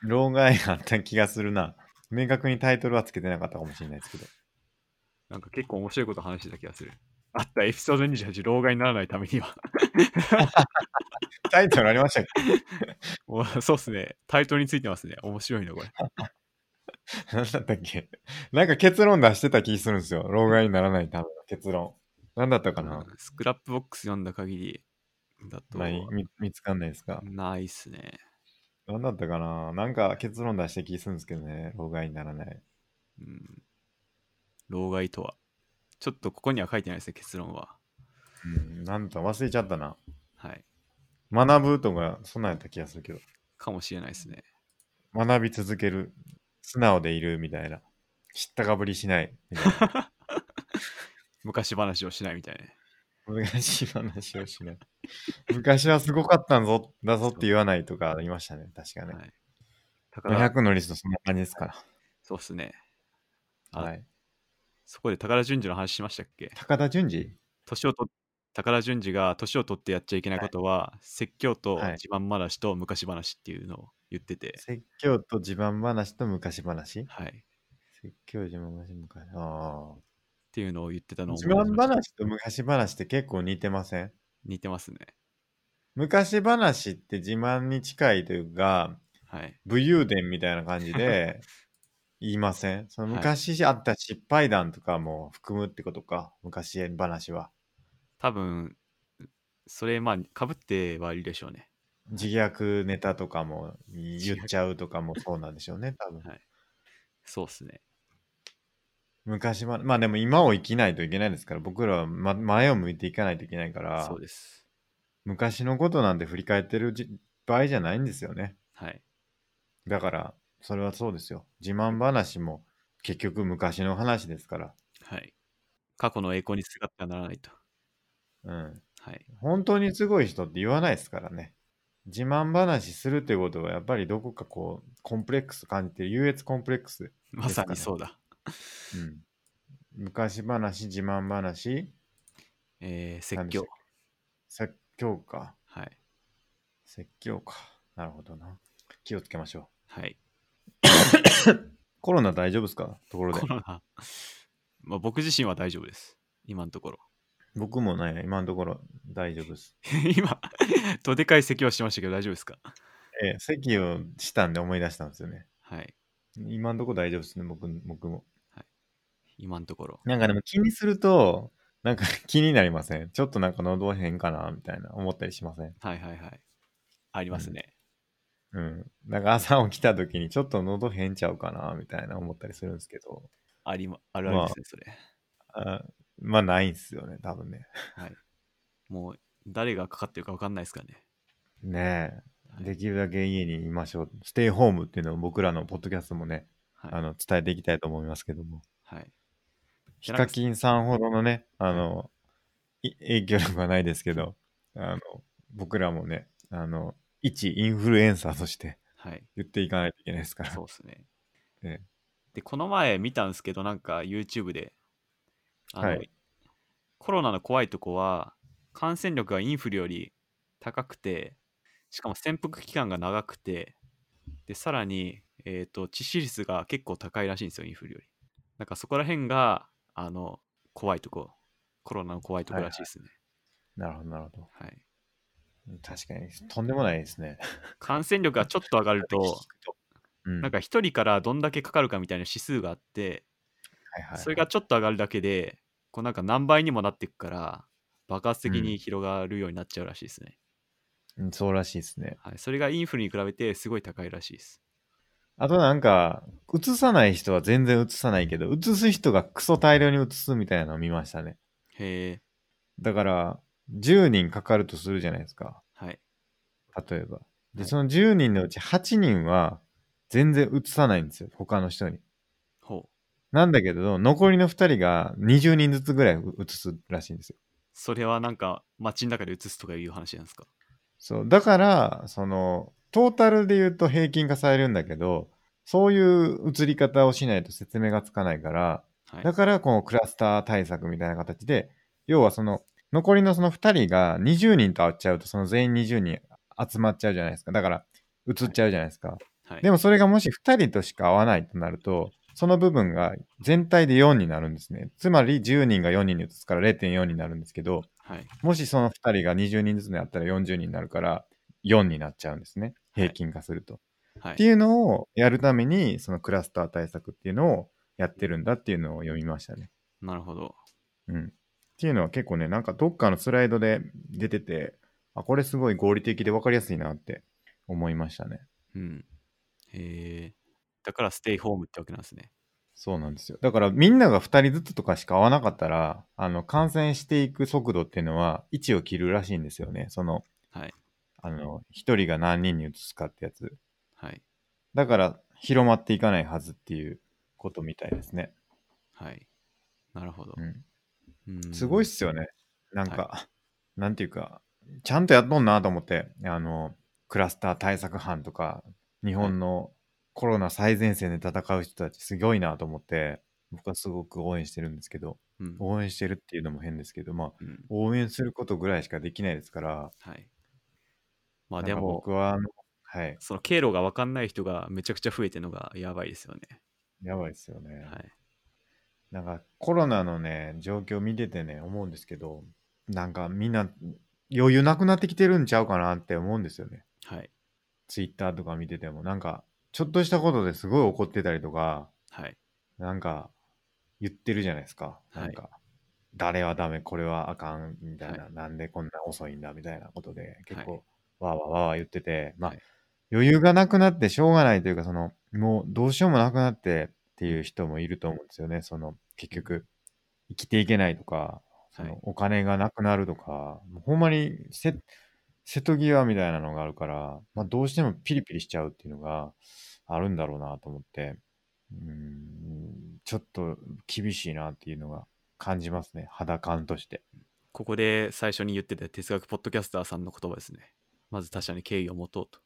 [SPEAKER 1] 老害あった気がするな。明確にタイトルはつけてなかったかもしれないですけど。
[SPEAKER 2] なんか結構面白いこと話してた気がする。あった、エピソード28、老害にならないためには。
[SPEAKER 1] タイトルありましたっ
[SPEAKER 2] おそうっすね。タイトルについてますね。面白いの、これ。
[SPEAKER 1] け 何だったっけなんか結論出してた気するんですよ。老害にならないための結論。何だったかな
[SPEAKER 2] スクラップボックス読んだ限りだと、
[SPEAKER 1] ない見見つかんないですか
[SPEAKER 2] ないっすね。
[SPEAKER 1] 何だったかななんか結論出して気するんですけどね。老害にならない。
[SPEAKER 2] うん。老害とは。ちょっとここには書いてないですね、結論は。
[SPEAKER 1] うん、なんと忘れちゃったな。
[SPEAKER 2] はい。
[SPEAKER 1] 学ぶとか、そんなんやった気がするけど。
[SPEAKER 2] かもしれないですね。
[SPEAKER 1] 学び続ける。素直でいるみたいな。知ったかぶりしないみたいな。
[SPEAKER 2] 昔話をしないみたいなね。
[SPEAKER 1] 昔話をしない。 昔はすごかったんぞ、だぞって言わないとかありましたね。確かね。
[SPEAKER 2] はい、だから、
[SPEAKER 1] 500のリストそんな感じですから。
[SPEAKER 2] そうっすね。あ
[SPEAKER 1] はい。
[SPEAKER 2] そこで宝淳二の話しましたっけ
[SPEAKER 1] 高田純次
[SPEAKER 2] 年をと宝淳二が年を取ってやっちゃいけないことは、説教と
[SPEAKER 1] はい
[SPEAKER 2] 自慢話と昔話っていうのを言ってて、
[SPEAKER 1] 説教と自慢話と昔話
[SPEAKER 2] はい。っ
[SPEAKER 1] 説教、自慢話、昔話。あ
[SPEAKER 2] ていうのを言ってた
[SPEAKER 1] あ。
[SPEAKER 2] のを
[SPEAKER 1] 自
[SPEAKER 2] 思い出し
[SPEAKER 1] 慢
[SPEAKER 2] ました
[SPEAKER 1] 話と昔話って結構似てません
[SPEAKER 2] 似てますね。
[SPEAKER 1] 昔話って自慢に近いというか、
[SPEAKER 2] はい。
[SPEAKER 1] 武勇伝みたいな感じ で言いませんその昔あった失敗談とかも含むってことか、昔話は。
[SPEAKER 2] 多分、それ、まあ、かぶってはいるでしょうね。
[SPEAKER 1] 自虐ネタとかも言っちゃうとかもそうなんでしょうね、多分。
[SPEAKER 2] そうっすね。
[SPEAKER 1] 昔は、まあでも今を生きないといけないですから、僕らは、ま、前を向いていかないといけないから
[SPEAKER 2] そう、です。
[SPEAKER 1] 昔のことなんて振り返ってるじ場合じゃないんですよね。
[SPEAKER 2] はい。
[SPEAKER 1] だから、それはそうですよ。自慢話も結局昔の話ですから。
[SPEAKER 2] はい。過去の栄光にすがってはならないと。
[SPEAKER 1] うん。
[SPEAKER 2] はい。
[SPEAKER 1] 本当にすごい人って言わないですからね。自慢話するってことは、やっぱりどこかこう、コンプレックス感じてる、優越コンプレックス。
[SPEAKER 2] まさにそうだ。
[SPEAKER 1] うん。昔話、自慢話、
[SPEAKER 2] えー、説
[SPEAKER 1] 何でし
[SPEAKER 2] 教
[SPEAKER 1] たっ。説教か。
[SPEAKER 2] はい。
[SPEAKER 1] 説教か。なるほどな。気をつけましょう。
[SPEAKER 2] はい。
[SPEAKER 1] コロナ大丈夫ですかところで
[SPEAKER 2] コ。ロナ。まあ、僕自身は大丈夫です。今のところ。
[SPEAKER 1] 僕もね、今のところ大丈夫です。
[SPEAKER 2] 今、とでかい咳をしましたけど大丈夫ですか
[SPEAKER 1] ええ、席をしたんで思い出したんですよね。
[SPEAKER 2] はい。
[SPEAKER 1] 今のところ大丈夫ですね、僕僕も。
[SPEAKER 2] 今のところ。
[SPEAKER 1] なんかでも気にすると、なんか 気になりません。ちょっとなんか喉変かなみたいな思ったりしません。
[SPEAKER 2] はいはいはい。ありますね。
[SPEAKER 1] うん。なんか朝起きた時にちょっと喉変ちゃうかなみたいな思ったりするんですけど、
[SPEAKER 2] ありま、あるあるですね、それ。
[SPEAKER 1] あまあないんすよね、多分ね。
[SPEAKER 2] はい。もう、誰がかかってるか分かんないですからね。
[SPEAKER 1] ね
[SPEAKER 2] は
[SPEAKER 1] え。
[SPEAKER 2] い
[SPEAKER 1] できるだけ家にいましょう。ステイホームっていうのを僕らのポッドキャストもね、
[SPEAKER 2] はい。
[SPEAKER 1] あの伝えていきたいと思いますけども。
[SPEAKER 2] はい、
[SPEAKER 1] ヒカキンさんほどのね、あの、い影響力はないですけど、あの、僕らもね、あの、一インフルエンサーとして
[SPEAKER 2] はい。
[SPEAKER 1] 言っていかないといけない ですから。
[SPEAKER 2] そうですね。
[SPEAKER 1] ええ
[SPEAKER 2] で、この前見たんですけど、なんか YouTube で、あの、
[SPEAKER 1] はい
[SPEAKER 2] コロナの怖いとこは、感染力がインフルより高くて、しかも潜伏期間が長くて、で、さらに、えっ、と、致死率が結構高いらしいんですよ、インフルより。なんかそこら辺が、あの、怖いとこ、コロナの怖いとこらしいですね。
[SPEAKER 1] なるほど、なるほど。
[SPEAKER 2] はい、
[SPEAKER 1] 確かに、とんでもないですね。
[SPEAKER 2] 感染力がちょっと上がると、
[SPEAKER 1] うん、
[SPEAKER 2] なんか一人からどんだけかかるかみたいな指数があって、
[SPEAKER 1] はいはい、
[SPEAKER 2] それがちょっと上がるだけで、こうなんか何倍にもなっていくから、爆発的に広がるようになっちゃうらしいです
[SPEAKER 1] う
[SPEAKER 2] ね。
[SPEAKER 1] んそうらしいですね。
[SPEAKER 2] はい、それがインフルに比べてすごい高いらしいです。
[SPEAKER 1] あとなんか、うつさない人は全然うつさないけど、うつす人がクソ大量にうつすみたいなのを見ましたね。
[SPEAKER 2] へえ、
[SPEAKER 1] だから、10人かかるとするじゃないですか。
[SPEAKER 2] はい、
[SPEAKER 1] 例えば。で、
[SPEAKER 2] はい
[SPEAKER 1] その10人のうち8人は全然移さないんですよ、他の人に。
[SPEAKER 2] ほう、
[SPEAKER 1] なんだけど、残りの2人が20人ずつぐらい移すらしいんですよ。
[SPEAKER 2] それはなんか街の中で移すとかいう話なんですか。
[SPEAKER 1] そう。だから、その、トータルで言うと平均化されるんだけど、そういう移り方をしないと説明がつかないから、
[SPEAKER 2] はい、
[SPEAKER 1] だから、このクラスター対策みたいな形で、要はその、残りのその2人が20人と会っちゃうと、その全員20人集まっちゃうじゃないですか。だから、移っちゃうじゃないですか。
[SPEAKER 2] はい、
[SPEAKER 1] でもそれがもし2人としか会わないとなると、その部分が全体で4になるんですね。つまり10人が4人に移すから0.4になるんですけど、
[SPEAKER 2] はい、
[SPEAKER 1] もしその2人が20人ずつになったら40人になるから4になっちゃうんですね。
[SPEAKER 2] はい
[SPEAKER 1] 平均化すると。
[SPEAKER 2] は
[SPEAKER 1] って
[SPEAKER 2] い、
[SPEAKER 1] いうのをやるために、そのクラスター対策っていうのをやってるんだっていうのを読みましたね。
[SPEAKER 2] なるほど。
[SPEAKER 1] うん。っていうのは結構ね、なんかどっかのスライドで出てて、あ、これすごい合理的で分かりやすいなって思いましたね。
[SPEAKER 2] うん。へえ、だからステイホームってわけなんですね。
[SPEAKER 1] そうなんですよ。だからみんなが2人ずつとかしか会わなかったら、あの、感染していく速度っていうのは1を切るらしいんですよね。その、
[SPEAKER 2] はい、
[SPEAKER 1] あの、1人が何人に移すかってやつ。
[SPEAKER 2] はい、
[SPEAKER 1] だから広まっていかないはずっていうことみたいですね。
[SPEAKER 2] はい。なるほど
[SPEAKER 1] う。ん、
[SPEAKER 2] うん
[SPEAKER 1] すごいっすよね。なんか、 なんていうか、ちゃんとやっとんなと思って、あの、クラスター対策班とか、日本のコロナ最前線で戦う人たちすごいなと思って、僕はすごく応援してるんですけど、
[SPEAKER 2] うん
[SPEAKER 1] 応援してるっていうのも変ですけど、まあ、
[SPEAKER 2] うん
[SPEAKER 1] 応援することぐらいしかできないですから、
[SPEAKER 2] はい。まあ
[SPEAKER 1] なんか
[SPEAKER 2] でも
[SPEAKER 1] 僕、はあの、はい、
[SPEAKER 2] その経路が分かんない人がめちゃくちゃ増えてるのがやばいですよね。
[SPEAKER 1] やばいですよね。
[SPEAKER 2] はい。
[SPEAKER 1] なんかコロナのね、状況見ててね、思うんですけど、なんかみんな余裕なくなってきてるんちゃうかなって思うんですよね。
[SPEAKER 2] はい。
[SPEAKER 1] ツイッターとか見てても、なんかちょっとしたことですごい怒ってたりとか、
[SPEAKER 2] はい。
[SPEAKER 1] なんか言ってるじゃないですか。
[SPEAKER 2] はい
[SPEAKER 1] なんか、誰はダメ、これはあかん、みたいな、
[SPEAKER 2] は
[SPEAKER 1] なんでこんな遅いんだ、みたいなことで、結
[SPEAKER 2] はい
[SPEAKER 1] 構、わーわーわーわー言ってて、まあ、
[SPEAKER 2] はい
[SPEAKER 1] 余裕がなくなってしょうがないというか、その、もうどうしようもなくなってっていう人もいると思うんですよね。その、結局、生きていけないとか、そ
[SPEAKER 2] はい
[SPEAKER 1] の。お金がなくなるとか、もうほんまにせ瀬戸際みたいなのがあるから、まあ、どうしてもピリピリしちゃうっていうのがあるんだろうなと思って、うん、ちょっと厳しいなっていうのが感じますね、肌感として。
[SPEAKER 2] ここで最初に言ってた哲学ポッドキャスターさんの言葉ですね。まず他者に敬意を持とうと。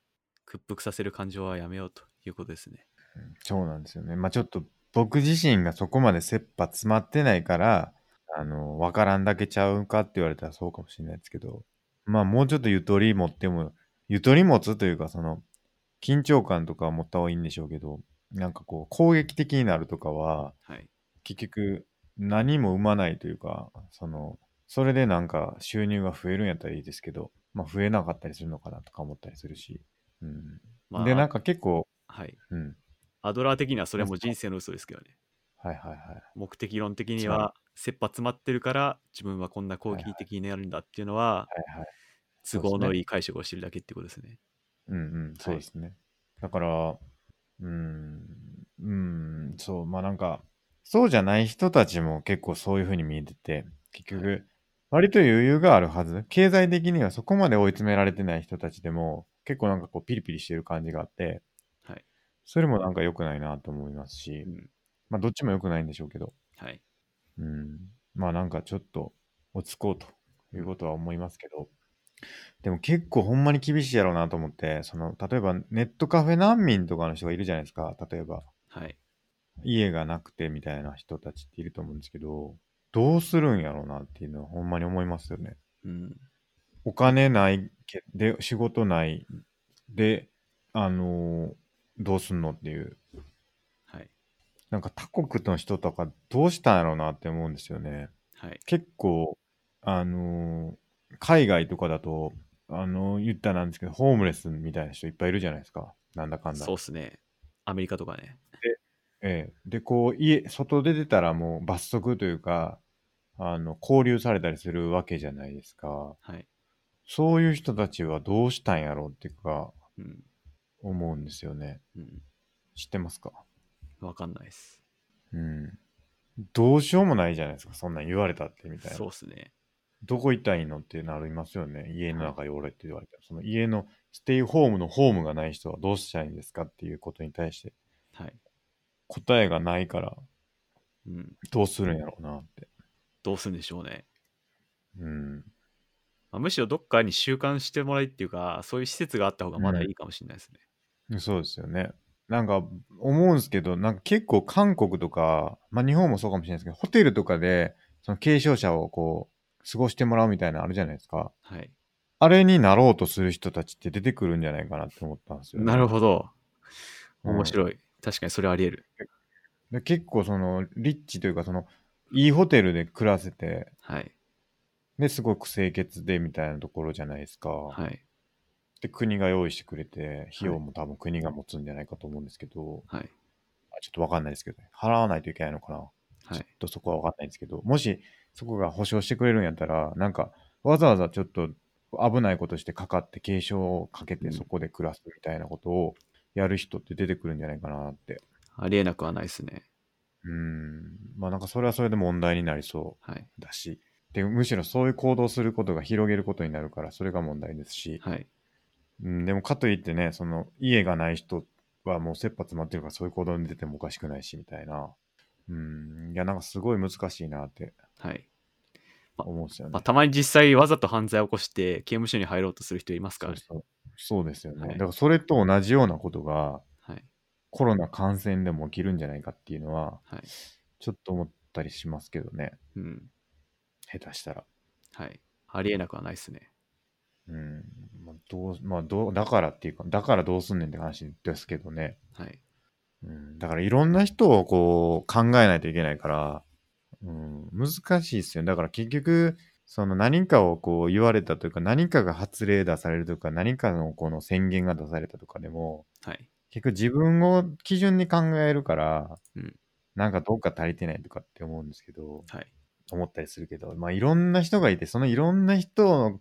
[SPEAKER 2] 屈服させる感情はやめようということですね。
[SPEAKER 1] うんそうなんですよね。まあ、ちょっと僕自身がそこまで切羽詰まってないから、あの、わからんだけちゃうかって言われたらそうかもしれないですけど、まあ、もうちょっとゆとり持っても、ゆとり持つというか、その、緊張感とかは持った方がいいんでしょうけど、なんかこう、攻撃的になるとかは、
[SPEAKER 2] はい。
[SPEAKER 1] 結局、何も生まないというか、その、それでなんか収入が増えるんやったらいいですけど、まあ、増えなかったりするのかなとか思ったりするし、うん。
[SPEAKER 2] まあ、
[SPEAKER 1] で、なんか結構、
[SPEAKER 2] はい。
[SPEAKER 1] うん。
[SPEAKER 2] アドラー的にはそれも人生の嘘ですけどね。
[SPEAKER 1] はいはいはい。
[SPEAKER 2] 目的論的に
[SPEAKER 1] そう
[SPEAKER 2] は切羽詰まってるから自分はこんな攻撃的になるんだっていうのは
[SPEAKER 1] はいはい。
[SPEAKER 2] 都合のいい解釈をしてるだけってことですね。
[SPEAKER 1] うんうん、そうですね。だから、うーん、うーん、そう、まあなんか、そうじゃない人たちも結構そういうふうに見えてて、結局、割と余裕があるはず、経済的にはそこまで追い詰められてない人たちでも、結構なんかこうピリピリしてる感じがあって、
[SPEAKER 2] はい
[SPEAKER 1] それもなんか良くないなと思いますし
[SPEAKER 2] う、ん。
[SPEAKER 1] まあどっちも良くないんでしょうけど、
[SPEAKER 2] はい。
[SPEAKER 1] うん、まあなんかちょっと落ち着こうということは思いますけど、でも結構ほんまに厳しいやろうなと思って、その、例えばネットカフェ難民とかの人がいるじゃないですか、例えば。
[SPEAKER 2] はい。
[SPEAKER 1] 家がなくてみたいな人たちっていると思うんですけど、どうするんやろうなっていうのはほんまに思いますよね。
[SPEAKER 2] うん。
[SPEAKER 1] お金ないけ、で、仕事ない、で、あのーどうすんのっていう。
[SPEAKER 2] はい。
[SPEAKER 1] なんか他国の人とかどうしたんやろうなって思うんですよね。
[SPEAKER 2] はい。
[SPEAKER 1] 結構、あのー海外とかだと、あのー言ったらなんですけど、ホームレスみたいな人いっぱいいるじゃないですか。なんだかんだ。
[SPEAKER 2] そうっすね。アメリカとかね。
[SPEAKER 1] ええ、で、こう、家、外で出たらもう罰則というか、あの、交留されたりするわけじゃないですか。
[SPEAKER 2] はい。
[SPEAKER 1] そういう人たちはどうしたんやろうっていうか、
[SPEAKER 2] うん。
[SPEAKER 1] 思うんですよね。
[SPEAKER 2] うん。
[SPEAKER 1] 知ってますか
[SPEAKER 2] わかんないです。
[SPEAKER 1] うん。どうしようもないじゃないですか。そんなん言われたってみたいな
[SPEAKER 2] そう。っすね。
[SPEAKER 1] どこ行ったらいいのってなりますよね。家の中におれって言われたら。その家のステイホームのホームがない人はどうしたらいいんですかっていうことに対して
[SPEAKER 2] はい。
[SPEAKER 1] 答えがないから
[SPEAKER 2] うん。
[SPEAKER 1] どうするんやろうなって。
[SPEAKER 2] どうするんでしょうね。
[SPEAKER 1] うん。
[SPEAKER 2] まあ、むしろどっかに習慣してもらいっていうか、そういう施設があった方がまだいいかもしれないですね。
[SPEAKER 1] そうですよね。なんか思うんですけど、なんか結構韓国とか、まあ日本もそうかもしれないですけど、ホテルとかでその継承者をこう過ごしてもらうみたいなのあるじゃないですか。
[SPEAKER 2] はい。
[SPEAKER 1] あれになろうとする人たちって出てくるんじゃないかなって思ったんですよね、
[SPEAKER 2] なるほど。
[SPEAKER 1] うん
[SPEAKER 2] 面白い。確かにそれあり得る。
[SPEAKER 1] で結構そのリッチというかそのいいホテルで暮らせて
[SPEAKER 2] はい。
[SPEAKER 1] ですごく清潔でみたいなところじゃないですか、
[SPEAKER 2] はい。
[SPEAKER 1] で国が用意してくれて費用も多分国が持つんじゃないかと思うんですけど、
[SPEAKER 2] はい。
[SPEAKER 1] あちょっとわかんないですけど、ね、払わないといけないのかな、
[SPEAKER 2] は
[SPEAKER 1] ちょっ
[SPEAKER 2] い。
[SPEAKER 1] とそこはわかんないですけどもしそこが保証してくれるんやったらなんかわざわざちょっと危ないことしてかかって警鐘をかけ
[SPEAKER 2] う
[SPEAKER 1] て
[SPEAKER 2] ん
[SPEAKER 1] そこで暮らすみたいなことをやる人って出てくるんじゃないかなって
[SPEAKER 2] ありえなくはないですね。
[SPEAKER 1] うんまあなんかそれはそれで問題になりそう
[SPEAKER 2] はい。
[SPEAKER 1] だし、で、むしろそういう行動することが広げることになるから、それが問題ですし、
[SPEAKER 2] はい。
[SPEAKER 1] うん、でもかといってね、その家がない人はもう切羽詰まってるからそういう行動に出てもおかしくないしみたいな。うん。いや、なんかすごい難しいなって
[SPEAKER 2] はい
[SPEAKER 1] 思うんですよね。
[SPEAKER 2] まあ、たまに実際わざと犯罪を起こして刑務所に入ろうとする人いますからね。
[SPEAKER 1] そうそうそうですよね。
[SPEAKER 2] は
[SPEAKER 1] だ
[SPEAKER 2] い
[SPEAKER 1] からそれと同じようなことが
[SPEAKER 2] はい、
[SPEAKER 1] コロナ感染でも起きるんじゃないかっていうのは、
[SPEAKER 2] はい
[SPEAKER 1] ちょっと思ったりしますけどね。
[SPEAKER 2] うん
[SPEAKER 1] 下手したら。
[SPEAKER 2] はい、ありえなくはないですね。
[SPEAKER 1] うん。まあ、どう、まあ、どう、だからっていうか、だからどうすんねんって話ですけどね。
[SPEAKER 2] はい、
[SPEAKER 1] うん。だからいろんな人をこう考えないといけないから、うん、難しいですよね。だから結局、その何かをこう言われたというか、何かが発令出されるとか、何かのこの宣言が出されたとかでも、
[SPEAKER 2] はい、
[SPEAKER 1] 結局自分を基準に考えるから、
[SPEAKER 2] うん
[SPEAKER 1] なんかどっか足りてないとかって思うんですけど、
[SPEAKER 2] はい、
[SPEAKER 1] 思ったりするけど、まあいろんな人がいて、そのいろんな人の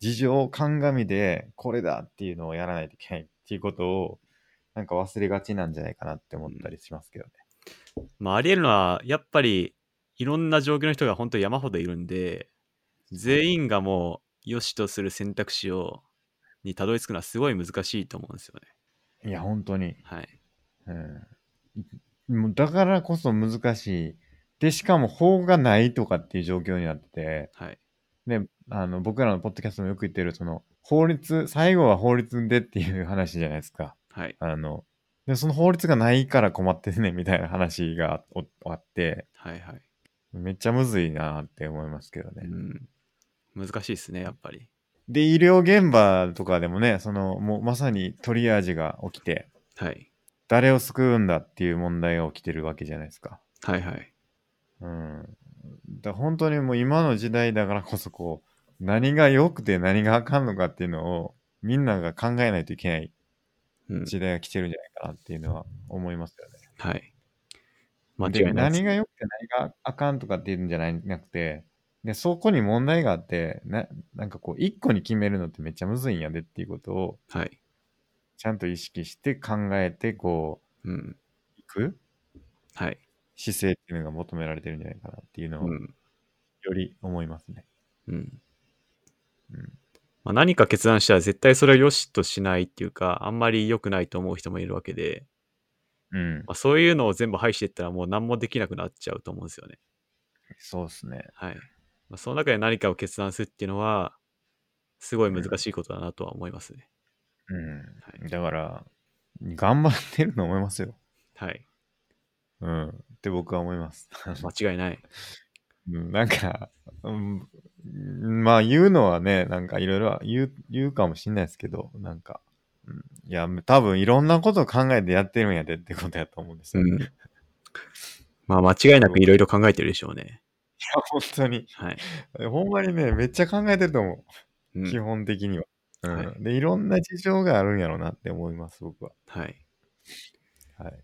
[SPEAKER 1] 事情を鑑みで、これだっていうのをやらないといけないっていうことを、なんか忘れがちなんじゃないかなって思ったりしますけどね。
[SPEAKER 2] まあ、ありえるのは、やっぱりいろんな状況の人が本当に山ほどいるんで、全員がもう良しとする選択肢をにたどり着くのはすごい難しいと思うんですよね。
[SPEAKER 1] いや、本当に。
[SPEAKER 2] はい、
[SPEAKER 1] うん。もうだからこそ難しい。で、しかも法がないとかっていう状況になってて、
[SPEAKER 2] はい、
[SPEAKER 1] ね、あの、僕らのポッドキャストもよく言ってる、その、法律、最後は法律でっていう話じゃないですか。
[SPEAKER 2] はい、
[SPEAKER 1] あの、で、その法律がないから困ってね、みたいな話がおあって、
[SPEAKER 2] はい、はい。
[SPEAKER 1] めっちゃむずいなって思いますけど
[SPEAKER 2] う
[SPEAKER 1] ね。
[SPEAKER 2] ん、難しいですね、やっぱり。
[SPEAKER 1] で、医療現場とかでもね、その、もうまさにトリアージが起きて、
[SPEAKER 2] はい、
[SPEAKER 1] 誰を救うんだっていう問題が起きてるわけじゃないですか。
[SPEAKER 2] はい、はい、
[SPEAKER 1] うん。だ本当にもう今の時代だからこそこう、何が良くて何があかんのかっていうのを、みんなが考えないといけない
[SPEAKER 2] うん、
[SPEAKER 1] 時代が来てるんじゃないかなっていうのは思いますよね。
[SPEAKER 2] はい。間違い
[SPEAKER 1] で
[SPEAKER 2] ないです
[SPEAKER 1] 何が良くて何があかんとかっていうんじゃないなくて、でそこに問題があってな、なんかこう、一個に決めるのってめっちゃむずいんやでっていうことを、
[SPEAKER 2] はい、
[SPEAKER 1] ちゃんと意識して考えて、こ
[SPEAKER 2] うん、
[SPEAKER 1] う、いく
[SPEAKER 2] はい、
[SPEAKER 1] 姿勢っていうのが求められてるんじゃないかなっていうのを、
[SPEAKER 2] う
[SPEAKER 1] よ
[SPEAKER 2] ん、
[SPEAKER 1] り思いますね。
[SPEAKER 2] うん。
[SPEAKER 1] うん。
[SPEAKER 2] まあ、何か決断したら絶対それを良しとしないっていうかあんまり良くないと思う人もいるわけで、
[SPEAKER 1] うん。
[SPEAKER 2] まあ、そういうのを全部排していったらもう何もできなくなっちゃうと思うんですよね。
[SPEAKER 1] そうですね。
[SPEAKER 2] はい。まあ、その中で何かを決断するっていうのはすごい難しいことだなとは思いますね。
[SPEAKER 1] う
[SPEAKER 2] は
[SPEAKER 1] ん。だから、頑張ってると思いますよ。
[SPEAKER 2] はい。
[SPEAKER 1] うん。って僕は思います。
[SPEAKER 2] 間違いない。
[SPEAKER 1] うんなんか、うん、まあ言うのはね、なんかいろいろ言う、言うかもしんないですけど、なんか、うん、いや、多分いろんなことを考えてやってるんやでってことやと思うんですよ。いや、
[SPEAKER 2] まあ間違いなくいろいろ考えてるでしょうね。
[SPEAKER 1] 本当に。
[SPEAKER 2] はい。
[SPEAKER 1] ほんまにね、めっちゃ考えてると思
[SPEAKER 2] う
[SPEAKER 1] う。基
[SPEAKER 2] ん、
[SPEAKER 1] 本的には。うん
[SPEAKER 2] はい
[SPEAKER 1] で、いろんな事情があるんやろうなって思います、僕は。
[SPEAKER 2] はい。
[SPEAKER 1] はい。っ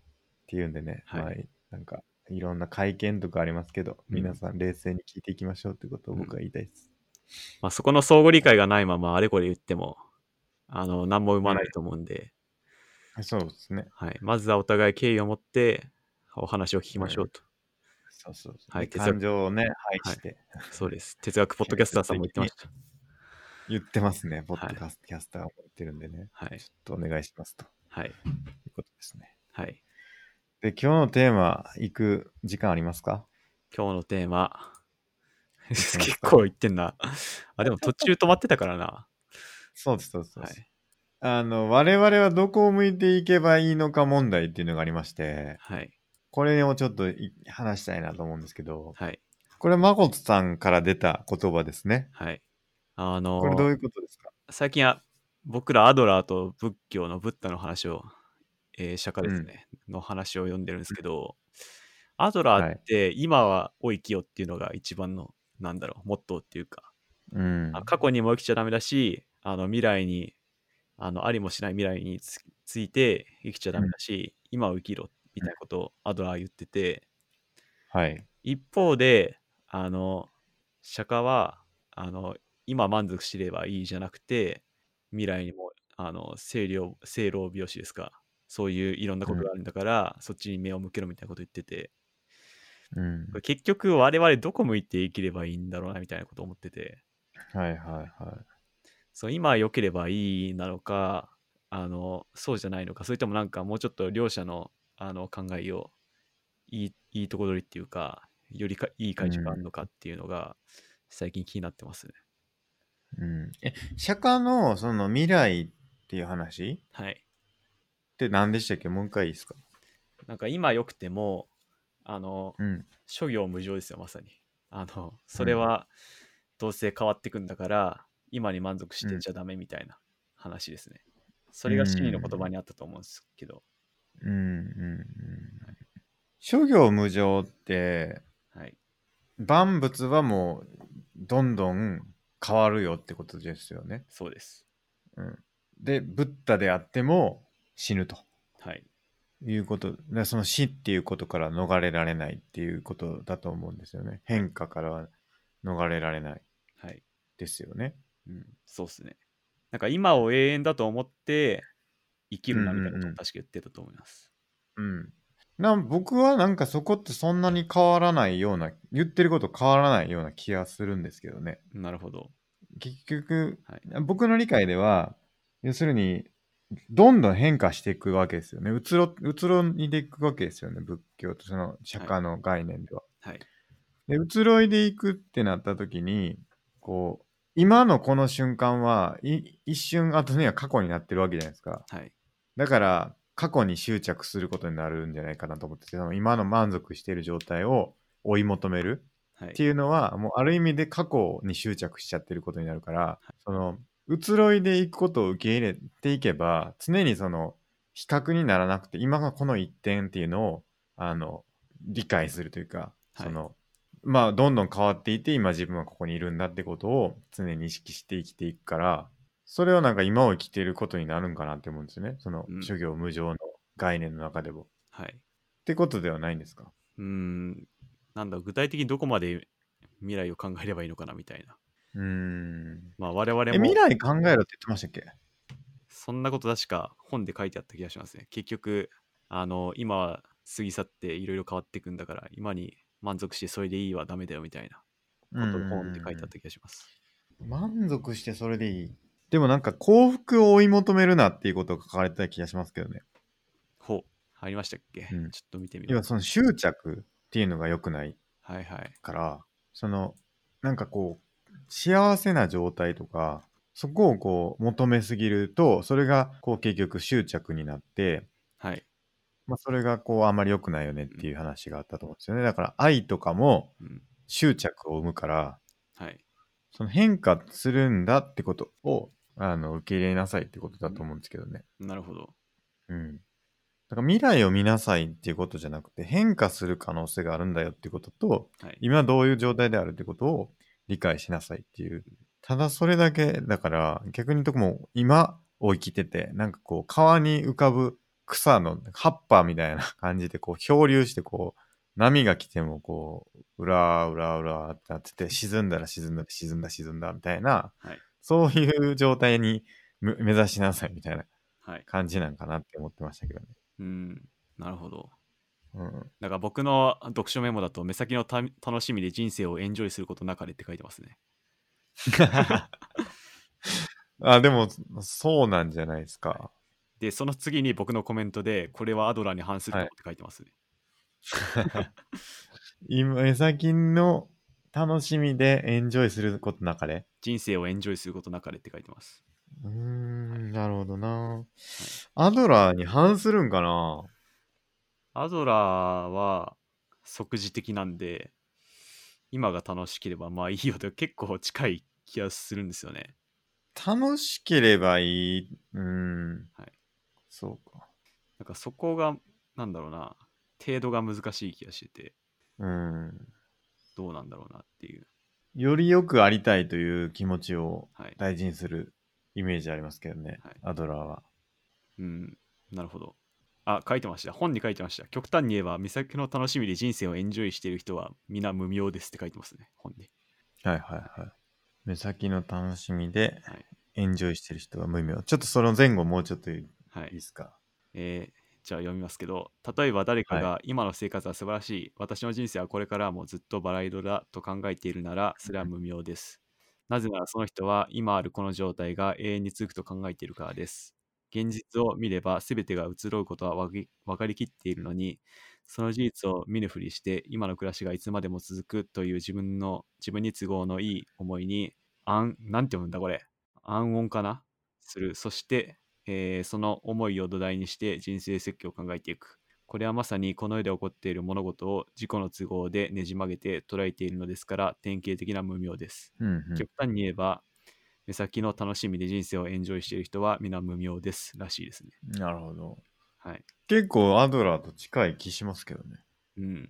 [SPEAKER 1] ていうんでね、
[SPEAKER 2] はい
[SPEAKER 1] まあなんか、いろんな会見とかありますけど、
[SPEAKER 2] うん
[SPEAKER 1] 皆さん冷静に聞いていきましょうってことを僕は言いたいです。
[SPEAKER 2] まあ、そこの相互理解がないままあれこれ言ってもあの何も生まないと思うんで、
[SPEAKER 1] そうですね。
[SPEAKER 2] はい、まずはお互い敬意を持ってお話を聞きましょうと。
[SPEAKER 1] そうそうそう。
[SPEAKER 2] はい
[SPEAKER 1] で
[SPEAKER 2] 哲学
[SPEAKER 1] 感情をね、排して。
[SPEAKER 2] そうです。哲学ポッドキャスターさんも言ってました。
[SPEAKER 1] 言ってますね。ポ
[SPEAKER 2] は
[SPEAKER 1] ッ
[SPEAKER 2] い
[SPEAKER 1] ドキャスキャスターを言ってるんでね。
[SPEAKER 2] はい
[SPEAKER 1] ち。ょっとお願いしますと
[SPEAKER 2] はい。
[SPEAKER 1] いうことですね。
[SPEAKER 2] はい。
[SPEAKER 1] で、今日のテーマ、行く時間ありますか
[SPEAKER 2] 今日のテ ーマ。
[SPEAKER 1] す
[SPEAKER 2] 結構言ってんな。あ、でも途中止まってたからな。
[SPEAKER 1] そうです、そうです。そう
[SPEAKER 2] は
[SPEAKER 1] です
[SPEAKER 2] い。
[SPEAKER 1] あの、我々はどこを向いていけばいいのか問題っていうのがありまして、
[SPEAKER 2] はい。
[SPEAKER 1] これをちょっとい話したいなと思うんですけど、
[SPEAKER 2] はい。
[SPEAKER 1] これ、まことさんから出た言葉ですね。
[SPEAKER 2] はい。あの
[SPEAKER 1] これどういうことですか
[SPEAKER 2] 最近は僕らアドラーと仏教のブッダの話を、えー釈迦ですね、の話を読んでるんですけど、アドラーって今はを生きよっていうのが一番の、なんだろう、モットーっていうか、
[SPEAKER 1] うん
[SPEAKER 2] あ。過去にも生きちゃダメだしあの未来にあのありもしない未来につついて生きちゃダメだし、今を生きろみたいなことをアドラーは言ってて
[SPEAKER 1] はい。
[SPEAKER 2] 一方であの釈迦はあの今満足すればいいじゃなくて未来にもあの清涼清涼病死ですかそういういろんなことがあるんだから、そっちに目を向けろみたいなこと言ってて
[SPEAKER 1] うん。
[SPEAKER 2] これ結局我々どこ向いて生きればいいんだろうなみたいなこと思ってて。
[SPEAKER 1] はいはいはい。
[SPEAKER 2] そう今良ければいいなのかあのそうじゃないのかそれともなんかもうちょっと両者のあの考えをいいいいとこ取りっていうかよりかいい解釈があるのかっていうのが最近気になってますね。
[SPEAKER 1] うん、え、釈迦のその未来っていう話
[SPEAKER 2] はい、
[SPEAKER 1] って何でしたっけもう一回いいですか
[SPEAKER 2] なんか今よくてもあの
[SPEAKER 1] うん。
[SPEAKER 2] 諸行無常ですよまさにあのそれはどうせ変わってくんだから、今に満足してちゃダメみたいな話ですね、それが真理の言葉にあったと思うんですけど、
[SPEAKER 1] うんうんうん。諸行無常って、
[SPEAKER 2] はい
[SPEAKER 1] 万物はもうどんどん変わるよってことですよね。
[SPEAKER 2] そうです
[SPEAKER 1] うん、で、ブッダであっても死ぬと
[SPEAKER 2] はい
[SPEAKER 1] いうこと。だからその死っていうことから逃れられないっていうことだと思うんですよね。変化からは逃れられない
[SPEAKER 2] はい、
[SPEAKER 1] ですよね。
[SPEAKER 2] うん、そうっすねなんか今を永遠だと思って生きるなみたいなこと
[SPEAKER 1] うんうんう
[SPEAKER 2] を
[SPEAKER 1] ん
[SPEAKER 2] 確か言ってたと思います、
[SPEAKER 1] うん。なん僕はなんかそこってそんなに変わらないような、言ってること変わらないような気がするんですけどね。
[SPEAKER 2] なるほど
[SPEAKER 1] 結局、
[SPEAKER 2] はい
[SPEAKER 1] 僕の理解では、要するに、どんどん変化していくわけですよね。うつろ、うつろいでいくわけですよね。仏教とその釈迦の概念では。
[SPEAKER 2] はい
[SPEAKER 1] で、移ろいでいくってなった時に、こう、今のこの瞬間は、い一瞬後には過去になってるわけじゃないですか。
[SPEAKER 2] はい
[SPEAKER 1] だから、過去に執着することになるんじゃないかなと思ってて、その今の満足している状態を追い求める
[SPEAKER 2] はい
[SPEAKER 1] っていうのは、もうある意味で過去に執着しちゃってることになるから、その、移ろいでいくことを受け入れていけば、常にその、比較にならなくて、今がこの一点っていうのを、あの、理解するというか、
[SPEAKER 2] はい
[SPEAKER 1] その、まあ、どんどん変わっていて、今自分はここにいるんだってことを常に意識して生きていくから、それをなんか今を生きていることになるんかなって思うんですよね。その
[SPEAKER 2] う、ん
[SPEAKER 1] 諸行無常の概念の中でも。っ
[SPEAKER 2] はい
[SPEAKER 1] てことではないんですか
[SPEAKER 2] うーんなんだ具体的にどこまで未来を考えればいいのかなみたいな
[SPEAKER 1] うーん。
[SPEAKER 2] まあ我々
[SPEAKER 1] え、
[SPEAKER 2] も
[SPEAKER 1] 未来考えろって言ってましたっけ
[SPEAKER 2] そんなこと確か本で書いてあった気がしますね。結局、あの、今は過ぎ去っていろいろ変わっていくんだから、今に満足してそれでいいはダメだよみたいなことを本で書いてあった気がします。
[SPEAKER 1] 満足してそれでいいでもなんか幸福を追い求めるなっていうことが書かれてた気がしますけどね
[SPEAKER 2] ほう、入りましたっけ、
[SPEAKER 1] うん
[SPEAKER 2] ちょっと見てみ
[SPEAKER 1] 要
[SPEAKER 2] よう
[SPEAKER 1] は。その執着っていうのが良くない
[SPEAKER 2] はいはい。
[SPEAKER 1] からそのなんかこう幸せな状態とかそこをこう求めすぎるとそれがこう結局執着になって、
[SPEAKER 2] はい。
[SPEAKER 1] まあ、それがこうあんまり良くないよねっていう話があったと思うんですよねだから愛とかも
[SPEAKER 2] うん。
[SPEAKER 1] 執着を生むから
[SPEAKER 2] はい。
[SPEAKER 1] その変化するんだってことをあの受け入れなさいってことだと思うんですけどね、
[SPEAKER 2] なるほど。
[SPEAKER 1] うん。だから未来を見なさいっていうことじゃなくて変化する可能性があるんだよってことと
[SPEAKER 2] はい。
[SPEAKER 1] 今どういう状態であるってことを理解しなさいっていうただそれだけだから逆に言うともう今を生きててなんかこう川に浮かぶ草の葉っぱみたいな感じでこう漂流してこう波が来てもこううらうらうらってなってて沈んだら沈んだ沈んだ沈んだみたいな、
[SPEAKER 2] はい
[SPEAKER 1] そういう状態にむ目指しなさいみたいな
[SPEAKER 2] はい。
[SPEAKER 1] 感じなんかなって思ってましたけどね。
[SPEAKER 2] うん。なるほど。
[SPEAKER 1] うん、
[SPEAKER 2] だから僕の読書メモだと、目先のた楽しみで人生をエンジョイすることなかれって書いてますね。
[SPEAKER 1] あでもそうなんじゃないですか。
[SPEAKER 2] で、その次に僕のコメントで、これはアドラーに反するかもって書いてますね。
[SPEAKER 1] 今目先の楽しみでエンジョイすることなかれ。
[SPEAKER 2] 人生をエンジョイすることなかれって書いてます。
[SPEAKER 1] うーんなるほどな。アドラーに反するんかな
[SPEAKER 2] アドラーは即時的なんで、今が楽しければまあいいよと結構近い気がするんですよね。
[SPEAKER 1] 楽しければいい。うん。
[SPEAKER 2] はい
[SPEAKER 1] そうか。
[SPEAKER 2] なんかそこが、なんだろうな、程度が難しい気がしてて、
[SPEAKER 1] うん。
[SPEAKER 2] どうなんだろうなっていう。
[SPEAKER 1] よりよくありたいという気持ちを
[SPEAKER 2] はい。
[SPEAKER 1] 大事にするイメージありますけどね、
[SPEAKER 2] はい
[SPEAKER 1] アドラーは。
[SPEAKER 2] うん、なるほど。あ、書いてました。本に書いてました。極端に言えば、目先の楽しみで人生をエンジョイしている人は皆無名ですって書いてますね、本に。
[SPEAKER 1] はいはいはい。目先の楽しみで
[SPEAKER 2] はい
[SPEAKER 1] エンジョイしてる人は無名。ちょっとその前後もうちょっといい
[SPEAKER 2] はい。
[SPEAKER 1] ですか。
[SPEAKER 2] えーじゃあ読みますけど例えば誰かが今の生活は素晴らしい、私の人生はこれからもずっとバラ色だと考えているならそれは無名ですなぜならその人は今あるこの状態が永遠に続くと考えているからです現実を見れば全てが移ろうことはわぎ分かりきっているのに、その事実を見ぬふりして、今の暮らしがいつまでも続くという自分の、自分に都合のいい思いに、安、なんて読むんだこれ。安穏かなする。そして、えーその思いを土台にして人生設計を考えていく。これはまさにこの世で起こっている物事を自己の都合でねじ曲げて捉えているのですから、典型的な無明です。
[SPEAKER 1] うんうん
[SPEAKER 2] 極端に言えば、目先の楽しみで人生をエンジョイしている人は皆無明ですらしいですね。
[SPEAKER 1] なるほど。
[SPEAKER 2] はい。
[SPEAKER 1] 結構アドラーと近い気しますけどね。
[SPEAKER 2] うん。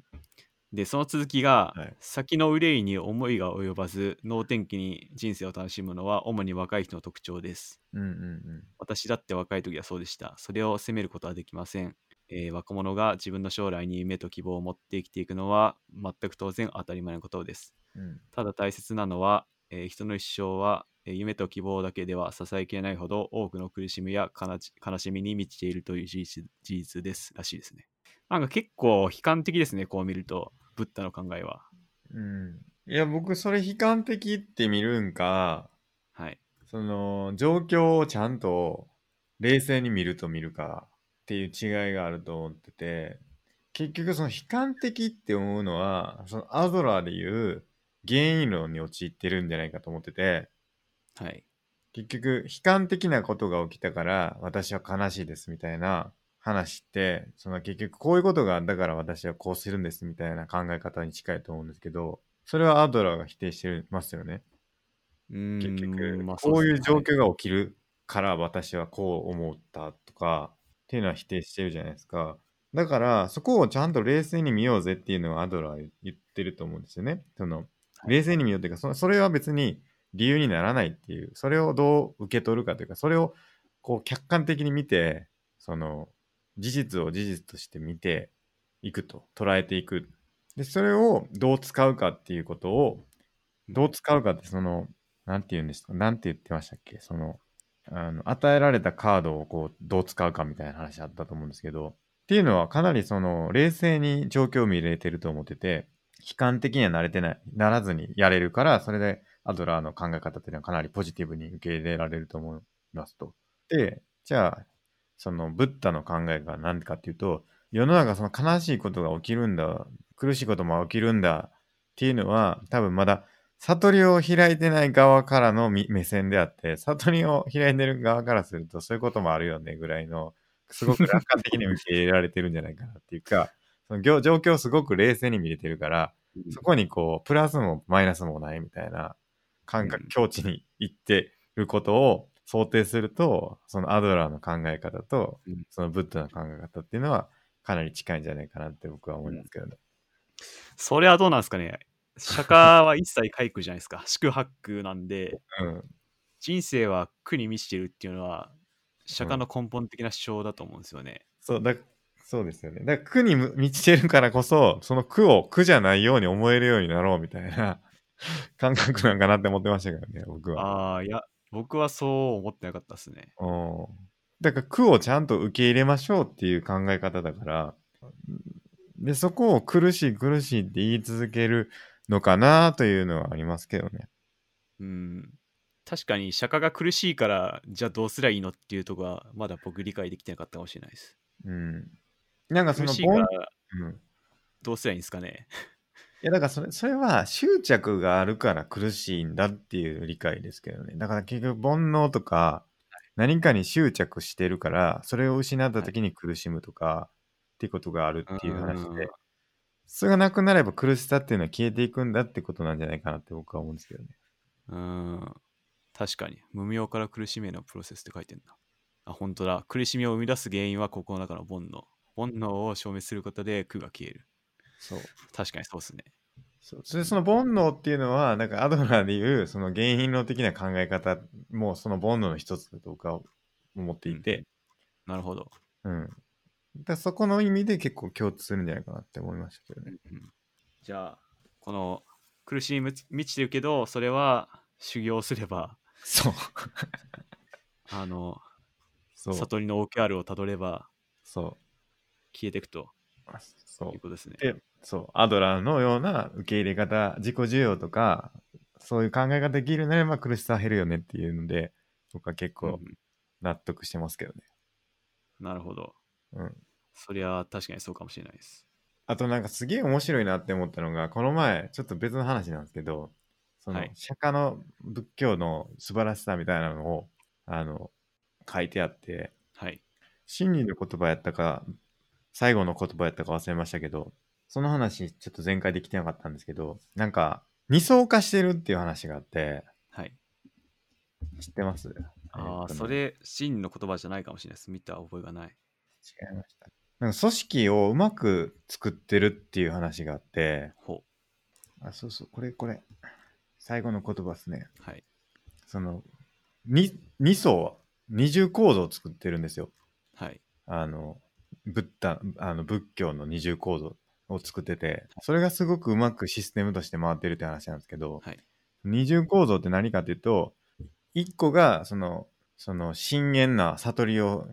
[SPEAKER 2] で、その続きが、
[SPEAKER 1] はい
[SPEAKER 2] 先の憂いに思いが及ばず、脳天気に人生を楽しむのは主に若い人の特徴です。
[SPEAKER 1] うんうん
[SPEAKER 2] 私だって若い時はそうでした。それを責めることはできません。えー若者が自分の将来に夢と希望を持って生きていくのは全く当然当たり前のことです。
[SPEAKER 1] うん。うん
[SPEAKER 2] ただ大切なのは、えー人の一生は、えー夢と希望だけでは支えきれないほど多くの苦しみや悲し悲しみに満ちているという事実事実ですらしいですね。なんか結構悲観的ですね、こう見ると、ブッダの考えは。
[SPEAKER 1] うん。いや、僕、それ悲観的って見るんか、
[SPEAKER 2] はい。
[SPEAKER 1] その、状況をちゃんと冷静に見ると見るかっていう違いがあると思ってて、結局その悲観的って思うのは、そのアドラーでいう原因論に陥ってるんじゃないかと思ってて、
[SPEAKER 2] はい。
[SPEAKER 1] 結局悲観的なことが起きたから私は悲しいですみたいな話ってその結局こういうことがあったから私はこうするんですみたいな考え方に近いと思うんですけどそれはアドラーが否定してますよね
[SPEAKER 2] うーん
[SPEAKER 1] 結局
[SPEAKER 2] まあ
[SPEAKER 1] こういう状
[SPEAKER 2] そですね
[SPEAKER 1] 況が起きるから私はこう思ったとかっていうのは否定してるじゃないですかだからそこをちゃんと冷静に見ようぜっていうのはアドラー言ってると思うんですよねその冷静に見ようというかそそれは別に理由にならないっていうそれをどう受け取るかというかそれをこう客観的に見てその事実を事実として見ていくと捉えていくでそれをどう使うかっていうことをどう使うかってそのなんて言うんですかなんて言ってましたっけそのあの与えられたカードをこうどう使うかみたいな話あったと思うんですけどっていうのはかなりその冷静に状況を見れてると思ってて悲観的にはなれてないならずにやれるからそれでアドラーの考え方っていうのはかなりポジティブに受け入れられると思いますと。でじゃあそのブッダの考えが何かっていうと世の中その悲しいことが起きるんだ苦しいことも起きるんだっていうのは多分まだ悟りを開いてない側からのみ目線であって悟りを開いてる側からするとそういうこともあるよねぐらいのすごく楽観的に受け入れられてるんじゃないかなっていうか その状状況をすごく冷静に見れてるから
[SPEAKER 2] うん
[SPEAKER 1] そこにこうプラスもマイナスもないみたいな感覚、
[SPEAKER 2] うん
[SPEAKER 1] 境地に行ってることを想定するとそのアドラーの考え方と
[SPEAKER 2] うん
[SPEAKER 1] そのブッダの考え方っていうのはかなり近いんじゃないかなって僕は思いますけどね。
[SPEAKER 2] それはどうなんですかね釈迦は一切皆苦じゃないですか。 宿泊なんで、
[SPEAKER 1] うん
[SPEAKER 2] 人生は苦に満ちてるっていうのは、釈迦の根本的な主張だと思うんですよね。
[SPEAKER 1] そうだそうですよね。だから苦にむ満ちてるからこそ、その苦を苦じゃないように思えるようになろうみたいな 感覚なんかなって思ってましたけどね、僕は。
[SPEAKER 2] ああ、いや、僕はそう思ってなかったですね。
[SPEAKER 1] うんだから苦をちゃんと受け入れましょうっていう考え方だから、で、そこを苦しい苦しいって言い続けるのかなというのはありますけどね。
[SPEAKER 2] うん。確かに、釈迦が苦しいから、じゃあどうすりゃいいのっていうとこは、まだ僕理解できてなかったかもしれないです。
[SPEAKER 1] うん。なんかそ
[SPEAKER 2] 苦
[SPEAKER 1] の
[SPEAKER 2] しいから、
[SPEAKER 1] ぼんうん、い
[SPEAKER 2] どうすりゃいいんですかね。
[SPEAKER 1] や、だからそれ、それは執着があるから苦しいんだっていう理解ですけどね。だから結局煩悩とか、何かに執着してるから、それを失った時に苦しむとか、っていうことがあるっていう話
[SPEAKER 2] うん
[SPEAKER 1] で、それがなくなれば苦しさっていうのは消えていくんだってことなんじゃないかなって僕は思うんですけどね。
[SPEAKER 2] うん。確かに、無明から苦しみへのプロセスって書いてんだ。あ、本当だ。苦しみを生み出す原因は、ここの中の煩悩。煩悩を消滅することで苦が消える。
[SPEAKER 1] そう。
[SPEAKER 2] 確かにそうですね。
[SPEAKER 1] そうそれでその煩悩っていうのは、なんかアドラーでいうその原因論的な考え方もその煩悩の一つだと僕は思っていて、
[SPEAKER 2] なるほど。
[SPEAKER 1] うん。だからそこの意味で結構共通するんじゃないかなって思いましたけどね。
[SPEAKER 2] じゃあ、この苦しみに満ちてるけど、それは修行すれば、
[SPEAKER 1] そう。
[SPEAKER 2] あの、
[SPEAKER 1] そう。
[SPEAKER 2] 悟りの OKR をたどれば
[SPEAKER 1] そう。
[SPEAKER 2] 消えていくと
[SPEAKER 1] そう
[SPEAKER 2] いう。ことですね。
[SPEAKER 1] で、そう、アドラーのような受け入れ方、自己需要とか、そういう考え方できるようになれば苦しさは減るよねっていうので、僕は結
[SPEAKER 2] うんう
[SPEAKER 1] 構
[SPEAKER 2] ん
[SPEAKER 1] 納得してますけどね。
[SPEAKER 2] なるほど。
[SPEAKER 1] うん。
[SPEAKER 2] そりゃ確かにそうかもしれないです。
[SPEAKER 1] あとなんかすげえ面白いなって思ったのが、この前、ちょっと別の話なんですけど、その
[SPEAKER 2] はい、
[SPEAKER 1] 釈迦の仏教の素晴らしさみたいなのを、あの、書いてあって、
[SPEAKER 2] はい。
[SPEAKER 1] 真理の言葉やったか、最後の言葉やったか忘れましたけど、その話ちょっと前回できてなかったんですけど、なんか、二層化してるっていう話があって、
[SPEAKER 2] はい。
[SPEAKER 1] 知ってます
[SPEAKER 2] ああ、そ。
[SPEAKER 1] えっ
[SPEAKER 2] れ、真の言葉じゃないかもしれないです。見た覚えがない。
[SPEAKER 1] とね違いました。なんか組織をうまく作ってるっていう話があって、
[SPEAKER 2] ほ
[SPEAKER 1] あ、そうそう、これこれ。最後の言葉ですね。
[SPEAKER 2] う。はい。
[SPEAKER 1] その、に二層、二重構造を作ってるんですよ。
[SPEAKER 2] はい。
[SPEAKER 1] あの、ブッダ、あの仏教の二重構造を作ってて、それがすごくうまくシステムとして回ってるって話なんですけど、
[SPEAKER 2] はい。
[SPEAKER 1] 二重構造って何かっていうと、一個が、その、その、深淵な悟りを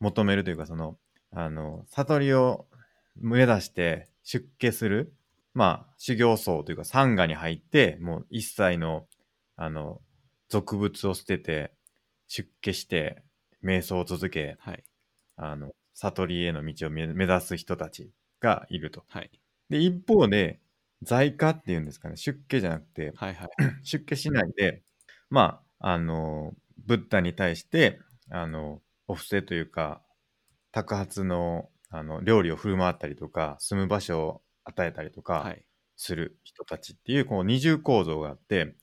[SPEAKER 1] 求めるというか、その、あの、悟りを目指して出家する、まあ、修行僧というか、サンガに入って、もう一切の、あの、俗物を捨てて、出家して、瞑想を続け、
[SPEAKER 2] はい。
[SPEAKER 1] あの、悟りへの道を目目指す人たちがいると。
[SPEAKER 2] はい。
[SPEAKER 1] で、一方で、在家っていうんですかね、出家じゃなくて、
[SPEAKER 2] はい。はい。
[SPEAKER 1] 出家しないで、まあ、あの、ブッダに対して、あの、お布施というか、宅発の、あの、料理を振る舞ったりとか、住む場所を与えたりと
[SPEAKER 2] は
[SPEAKER 1] か
[SPEAKER 2] い。
[SPEAKER 1] する人たちっていう、こう、二重構造があって、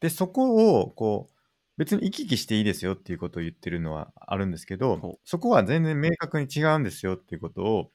[SPEAKER 1] で、そこを、こう、別に行き来していいですよっていうことを言ってるのはあるんですけ
[SPEAKER 2] ほ
[SPEAKER 1] ど
[SPEAKER 2] う、
[SPEAKER 1] そこは全然明確に違うんですよっていうことを、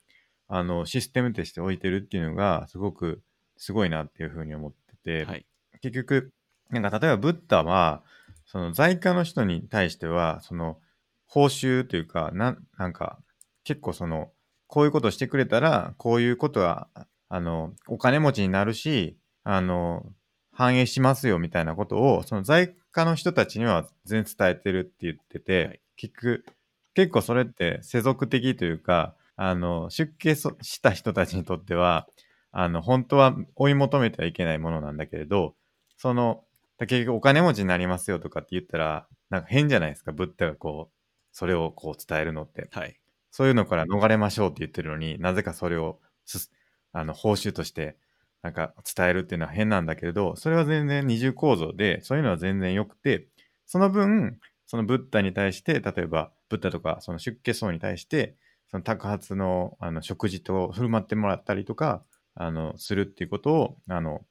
[SPEAKER 1] あの、システムとして置いてるっていうのが、すごく、すごいなっていうふうに思ってて、
[SPEAKER 2] はい。
[SPEAKER 1] 結局、なんか例えばブッダは、その在家の人に対しては、その報酬というか、なんなんか結構その、こういうことしてくれたら、こういうことは、あの、お金持ちになるし、あの、反映しますよみたいなことを、その在家の人たちには全然伝えてるって言ってて、
[SPEAKER 2] はい
[SPEAKER 1] 結局、結構それって世俗的というか、あの、出家そした人たちにとっては、あの、本当は追い求めてはいけないものなんだけれど、その、結局お金持ちになりますよとかって言ったら、なんか変じゃないですか、ブッダがこう、それをこう伝えるのって。
[SPEAKER 2] はい。
[SPEAKER 1] そういうのから逃れましょうって言ってるのに、なぜかそれをすあの報酬としてなんか伝えるっていうのは変なんだけれど、それは全然二重構造で、そういうのは全然良くて、その分、そのブッダに対して、例えばブッダとかその出家僧に対して、その宅発のあの食事と振る舞ってもらったりとか、あの、するっていうことを、あの、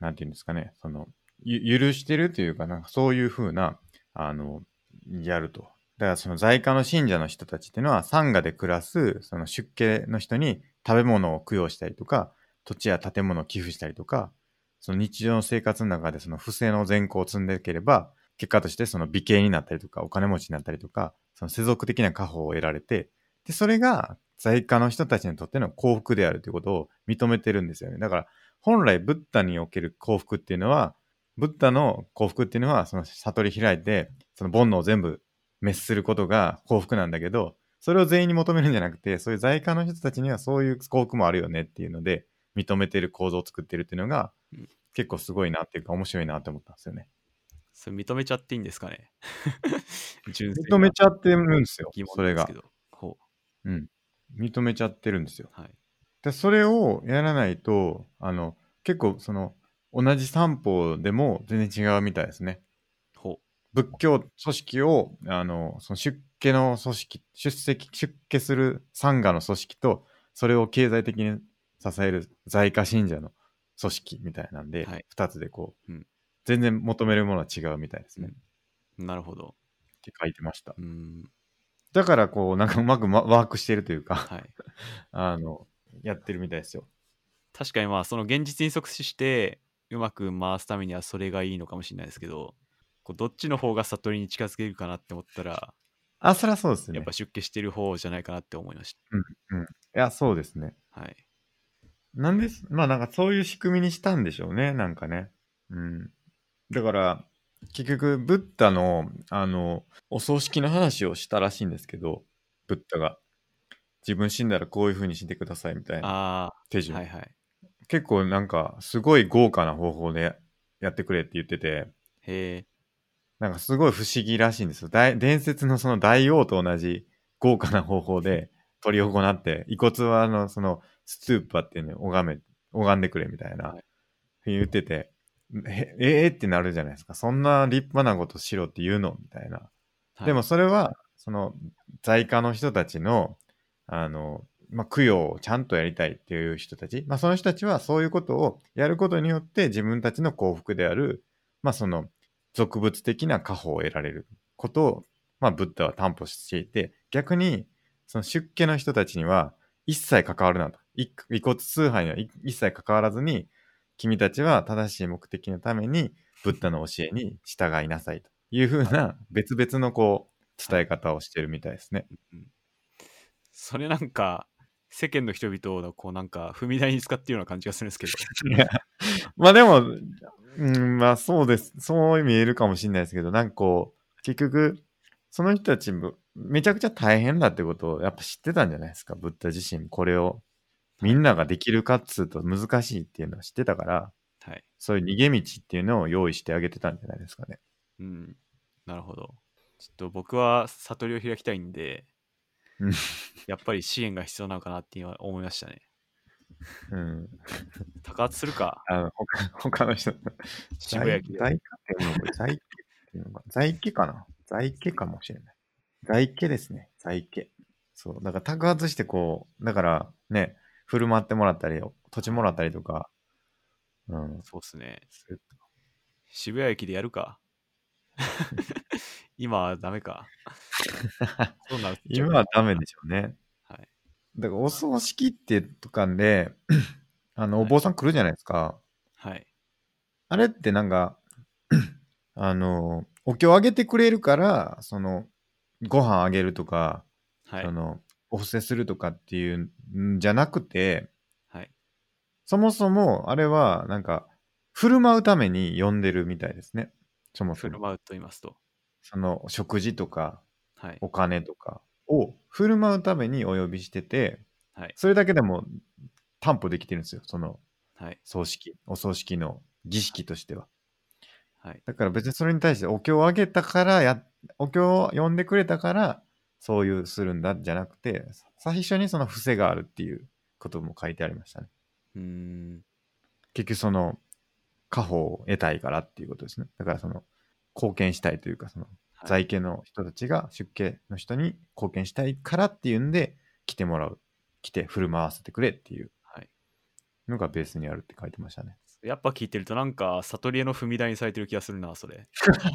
[SPEAKER 1] なんていうんですかね、その、ゆ許してるというか、なんかそういうふうな、あの、やると。だからその在家の信者の人たちっていうのは、サンガで暮らす、その出家の人に食べ物を供養したりとか、土地や建物を寄付したりとか、その日常の生活の中でその不正の善行を積んでいければ、結果としてその美形になったりとか、お金持ちになったりとか、その世俗的な家宝を得られて、で、それが在家の人たちにとっての幸福であるということを認めてるんですよね。だから、本来ブッダにおける幸福っていうのは、ブッダの幸福っていうのは、その悟り開いて、その煩悩を全部滅することが幸福なんだけど、それを全員に求めるんじゃなくて、そういう在家の人たちにはそういう幸福もあるよねっていうので、認めてる構造を作ってるっていうのが
[SPEAKER 2] うん、
[SPEAKER 1] 結構すごいなっていうか、面白いなって思ったんですよね。
[SPEAKER 2] それ認めちゃっていいんですかね 純粋
[SPEAKER 1] 認
[SPEAKER 2] な
[SPEAKER 1] めちゃってるんですよ
[SPEAKER 2] 疑、問
[SPEAKER 1] そ
[SPEAKER 2] な
[SPEAKER 1] れ
[SPEAKER 2] んで
[SPEAKER 1] が
[SPEAKER 2] すけ。ど。ほ
[SPEAKER 1] うん。認めちゃってるんですよ。
[SPEAKER 2] う。はい。
[SPEAKER 1] でそれをやらないと、あの、結構その、同じ三法でも全然違うみたいですね。
[SPEAKER 2] ほ
[SPEAKER 1] 仏教組織を、あの、その出家の組織、出席、出家するサンガの組織と、それを経済的に支える在家信者の組織みたいなんで、
[SPEAKER 2] はい
[SPEAKER 1] 二つでこう、
[SPEAKER 2] うん
[SPEAKER 1] 全然求めるものは違うみたいですね。
[SPEAKER 2] うんう。なるほど。
[SPEAKER 1] って書いてました。
[SPEAKER 2] うーん。
[SPEAKER 1] だからこう、なんかうまくまワークしてるというか、
[SPEAKER 2] はい。
[SPEAKER 1] あの、やってるみたいですよ。
[SPEAKER 2] 確かにまあその現実に即してうまく回すためにはそれがいいのかもしれないですけどこうどっちの方が悟りに近づけるかなって思ったら、
[SPEAKER 1] あ、そりゃそうですね。
[SPEAKER 2] やっぱ出家してる方じゃないかなって思いまし
[SPEAKER 1] いや、そうですね。
[SPEAKER 2] たはい
[SPEAKER 1] なんです、まあなんかそういう仕組みにしたんでしょうね、なんかね。うん。だから、結局、ブッダの、あの、お葬式の話をしたらしいんですけど、ブッダが。自分死んだらこういう風にしてくださいみたいな
[SPEAKER 2] あ
[SPEAKER 1] 手
[SPEAKER 2] あ
[SPEAKER 1] 順。
[SPEAKER 2] はいはい
[SPEAKER 1] 結構なんか、すごい豪華な方法でやってくれって言ってて、
[SPEAKER 2] へえ
[SPEAKER 1] なんかすごい不思議らしいんですよ。大伝説のその大王と同じ豪華な方法 で執り行って、遺骨はあの、その、ストゥーパっていうのを拝め、拝んでくれみたいな
[SPEAKER 2] はい、
[SPEAKER 1] 言ってて、え、ええってなるじゃないですか。そんな立派なことしろって言うのみたいな。
[SPEAKER 2] はい
[SPEAKER 1] でもそれは、その在家の人たちの、あの、まあ、供養をちゃんとやりたいっていう人たち、まあ、その人たちはそういうことをやることによって自分たちの幸福である、まあ、その俗物的な家宝を得られることを、まあ、ブッダは担保していて、逆に、その出家の人たちには一切関わるなと。い遺骨崇拝にはい一切関わらずに、君たちは正しい目的のためにブッダの教えに従いなさいというふうな別々のこう伝え方をしてるみたいですね。
[SPEAKER 2] それなんか世間の人々をこうなんか踏み台に使っているような感じがするんです けど
[SPEAKER 1] まあでも、うん、まあそうです。そう見えるかもしれないですけど、なんかこう、結局、その人たちもめちゃくちゃ大変だってことをやっぱ知ってたんじゃないですか、ブッダ自身もこれを。みんなができるかっつうと難しいっていうのは知ってたから、
[SPEAKER 2] はい、
[SPEAKER 1] そういう逃げ道っていうのを用意してあげてたんじゃないですかね。
[SPEAKER 2] うん、なるほどちょっと僕は悟りを開きたいんで
[SPEAKER 1] うん
[SPEAKER 2] やっぱり支援が必要なのかなって今思いましたね
[SPEAKER 1] うん。
[SPEAKER 2] 高圧する か
[SPEAKER 1] あの、他他の人
[SPEAKER 2] 渋谷駅
[SPEAKER 1] 在
[SPEAKER 2] で
[SPEAKER 1] 在家っていうのこれ在家っていうのか。在家かな在家かもしれない。在家ですね。在家。そう。だから宅発してこう、だからね、振る舞ってもらったり、土地もらったりとか、うん。
[SPEAKER 2] そうっすね渋谷駅でや るか 今はダメかそうなん
[SPEAKER 1] 今はダメでしょうね。
[SPEAKER 2] はい。
[SPEAKER 1] だからお葬式ってとかで、 あの、
[SPEAKER 2] は
[SPEAKER 1] お
[SPEAKER 2] い
[SPEAKER 1] 坊さん来るじゃないですか。
[SPEAKER 2] はい
[SPEAKER 1] あれってなんか、 あの、お経あげてくれるから、その、ご飯あげるとか、
[SPEAKER 2] はい
[SPEAKER 1] そのお布施するとかっていうんじゃなくて
[SPEAKER 2] はい
[SPEAKER 1] そもそもあれはなんか振る舞うために呼んでるみたいですねそもそ
[SPEAKER 2] 振る
[SPEAKER 1] も
[SPEAKER 2] 舞うと言いますと
[SPEAKER 1] その食事とか
[SPEAKER 2] はい
[SPEAKER 1] お金とかを振る舞うためにお呼びしてて
[SPEAKER 2] はい
[SPEAKER 1] それだけでも担保できてるんですよその
[SPEAKER 2] はい
[SPEAKER 1] 葬式お葬式の儀式としては
[SPEAKER 2] はい
[SPEAKER 1] だから別にそれに対してお経をあげたからや、お経を読んでくれたから、そういうするんだじゃなくて、最初にその伏せがあるっていうことも書いてありましたね。
[SPEAKER 2] うーん
[SPEAKER 1] 結局その、家宝を得たいからっていうことですね。だからその、貢献したいというか、その、
[SPEAKER 2] はい
[SPEAKER 1] 在家の人たちが出家の人に貢献したいからっていうんで、来てもらう。来て振る舞わせてくれっていう
[SPEAKER 2] はい
[SPEAKER 1] のがベースにあるって書いてましたね。
[SPEAKER 2] やっぱ聞いてるとなんか悟りへの踏み台にされてる気がするなそれ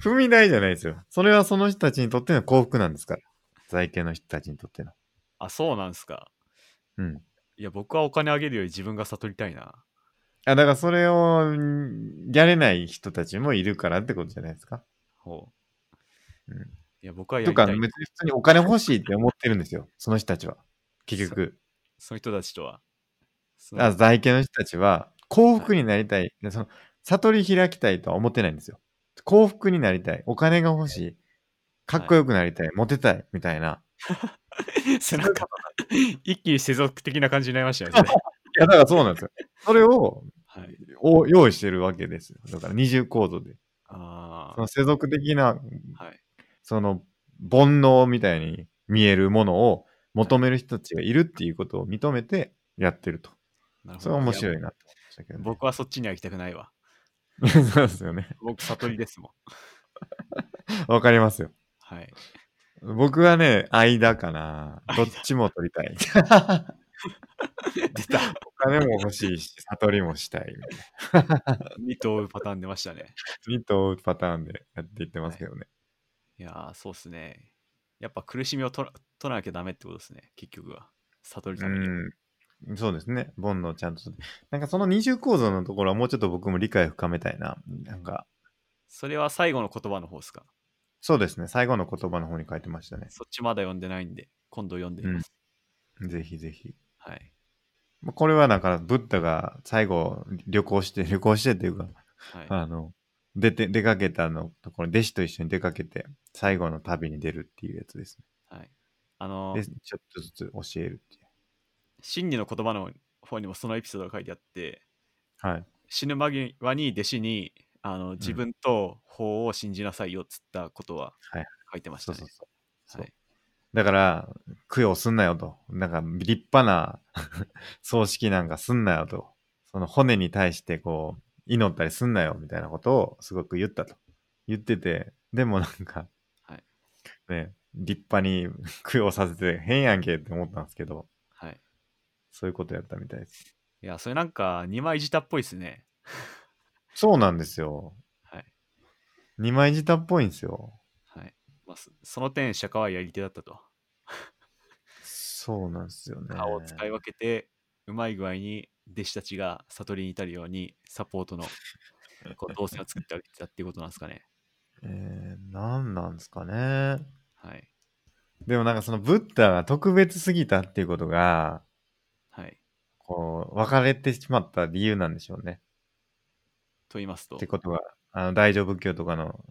[SPEAKER 1] 踏み台じゃないですよ。それはその人たちにとっての幸福なんですから。在家の人たちにとっての。
[SPEAKER 2] あそうなんすか
[SPEAKER 1] うん。
[SPEAKER 2] いや僕はお金あげるより自分が悟りたいな
[SPEAKER 1] あ、だからそれをんやれない人たちもいるからってことじゃないですか。
[SPEAKER 2] ほう、
[SPEAKER 1] うん
[SPEAKER 2] いや僕はや
[SPEAKER 1] と
[SPEAKER 2] りた
[SPEAKER 1] か、
[SPEAKER 2] い
[SPEAKER 1] 別に普通にお金欲しいって思ってるんですよ。その人たちは。結局。
[SPEAKER 2] その人たちとはその
[SPEAKER 1] あ在家の人たちは幸福になりたい。でその悟り開きたいとは思ってないんですよ。幸福になりたい。お金が欲しい。かっこよくなりたい。モテたい。みたいな。
[SPEAKER 2] それなんか 一気に世俗的な感じになりましたよね、
[SPEAKER 1] いや、だからそうなんですよ。それを
[SPEAKER 2] はい、
[SPEAKER 1] お用意してるわけですよ。だから二重構造で。
[SPEAKER 2] あ
[SPEAKER 1] そ
[SPEAKER 2] あ
[SPEAKER 1] の世俗的な、
[SPEAKER 2] はい
[SPEAKER 1] その煩悩みたいに見えるものを求める人たちがいるっていうことを認めてやってると。
[SPEAKER 2] なるほど
[SPEAKER 1] それは面白
[SPEAKER 2] い
[SPEAKER 1] いなと思いましたけど、
[SPEAKER 2] や僕はそっちには行きたくないわ
[SPEAKER 1] 僕そうですよね。
[SPEAKER 2] 僕悟りですも ん
[SPEAKER 1] わかりますよ。
[SPEAKER 2] はい
[SPEAKER 1] 僕はね、間かな。どっちも取りたい。
[SPEAKER 2] 出 た
[SPEAKER 1] お金も欲しいし、悟りもしたいみたい
[SPEAKER 2] 二頭パターン出ましたね
[SPEAKER 1] な。2とパターンでやっていってますけどね。
[SPEAKER 2] いやーそうっすねやっぱ苦しみをとら取らなきゃダメってことですね結局は悟るために、
[SPEAKER 1] うん。そうですね。煩悩ちゃんと。なんかその二重構造のところはもうちょっと僕も理解を深めたいな。なんか、
[SPEAKER 2] それは最後の言葉の方ですか
[SPEAKER 1] そうですね。最後の言葉の方に書いてましたね。
[SPEAKER 2] そっちまだ読んでないんで、今度読んでみます。
[SPEAKER 1] ぜひぜひ。
[SPEAKER 2] はい。
[SPEAKER 1] まあこれはだから、ブッダが最後、旅行して、旅行してっていうか、
[SPEAKER 2] はい。
[SPEAKER 1] あの、出て、出かけたのところ、弟子と一緒に出かけて、最後の旅に出るっていうやつです
[SPEAKER 2] はい、あの
[SPEAKER 1] ね。で、、ちょっとずつ教えるっていう。
[SPEAKER 2] 真理の言葉の方にもそのエピソードが書いてあって、
[SPEAKER 1] はい。
[SPEAKER 2] 死ぬ間際に弟子にあの自分と法を信じなさいよっつったことは
[SPEAKER 1] はい
[SPEAKER 2] 書いてまし
[SPEAKER 1] そ
[SPEAKER 2] た
[SPEAKER 1] うそう
[SPEAKER 2] ね。
[SPEAKER 1] そう。そう
[SPEAKER 2] はい。
[SPEAKER 1] だから、供養すんなよと。なんか、立派な 葬式なんかすんなよと。その骨に対して、こう、祈ったりすんなよみたいなことをすごく言ったと。言ってて、でもなんか、
[SPEAKER 2] はい
[SPEAKER 1] ね、立派に 供養させて変やんけって思ったんですけど、
[SPEAKER 2] はい。
[SPEAKER 1] そういうことやったみたいです。
[SPEAKER 2] いや、それなんか二枚舌っぽいですね。
[SPEAKER 1] そうなんですよ。
[SPEAKER 2] はい。
[SPEAKER 1] 二枚舌っぽいんですよ。
[SPEAKER 2] はい。まあ、そその点、釈迦はやり手だったと。
[SPEAKER 1] そうなんですよね。
[SPEAKER 2] 顔を使い分けて、うまい具合に弟子たちが悟りに至るようにサポートのこ う動線を作ってあげてたっていうことなんですかね。
[SPEAKER 1] えー、なんなんですかね。
[SPEAKER 2] はい。
[SPEAKER 1] でもなんかそのブッダが特別すぎたっていうことが、
[SPEAKER 2] はい。
[SPEAKER 1] こう、別れてしまった理由なんでしょうね。
[SPEAKER 2] と言いますと
[SPEAKER 1] っ、てことが、あの、大乗仏教とかの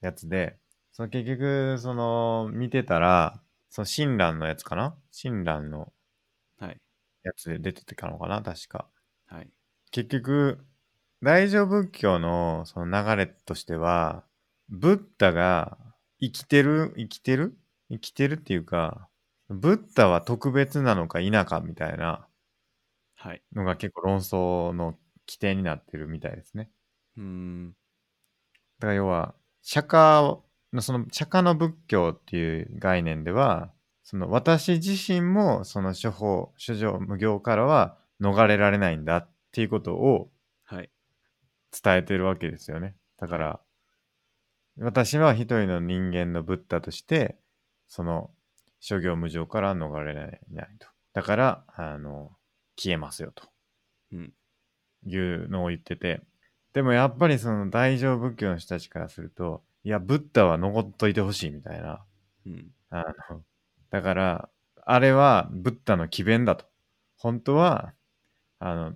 [SPEAKER 1] やつで、その結局、その、見てたら、その親鸞のやつかな親鸞の
[SPEAKER 2] はい。
[SPEAKER 1] やつで出てたのかな確か。
[SPEAKER 2] はい。
[SPEAKER 1] 結局、大乗仏教のその流れとしては、ブッダが生きてる、生きてる生きてるっていうか、ブッダは特別なのか否かみたいな
[SPEAKER 2] はい。
[SPEAKER 1] のが結構論争の起点になってるみたいですね。
[SPEAKER 2] うーん。
[SPEAKER 1] だから要は、釈迦の、その釈迦の仏教っていう概念では、その私自身もその諸法、諸行無行からは逃れられないんだっていうことを
[SPEAKER 2] はい。
[SPEAKER 1] 伝えてるわけですよね。だから、私は一人の人間のブッダとして、その諸行無常から逃れられないと。だから、あの、消えますよと
[SPEAKER 2] うん。
[SPEAKER 1] いうのを言ってて、でもやっぱりその大乗仏教の人たちからすると、いや、ブッダは残っといてほしいみたいな。
[SPEAKER 2] うん。
[SPEAKER 1] あの、だから、あれはブッダの奇弁だと。本当は、あの、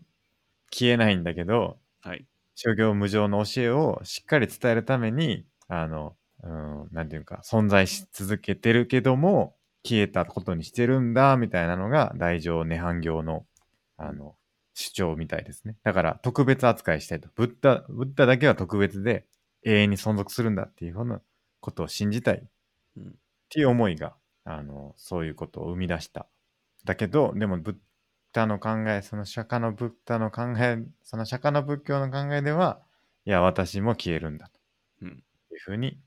[SPEAKER 1] 消えないんだけど、
[SPEAKER 2] はい。
[SPEAKER 1] 諸行無常の教えをしっかり伝えるために、あの、うん、なんていうか、存在し続けてるけども、消えたことにしてるんだ、みたいなのが、大乗涅槃行の、あの、主張みたいですね。だから、特別扱いしたいと。ブッダ、ブッダだけは特別で、永遠に存続するんだっていうふうなことを信じたい。
[SPEAKER 2] うん
[SPEAKER 1] っていう思いが、あの、そういうことを生み出した。だけど、でも、ブッブッダの考え、その釈迦のブッダの考え、その釈迦の仏教の考えでは、いや、私も消えるんだ
[SPEAKER 2] うん。
[SPEAKER 1] というふうに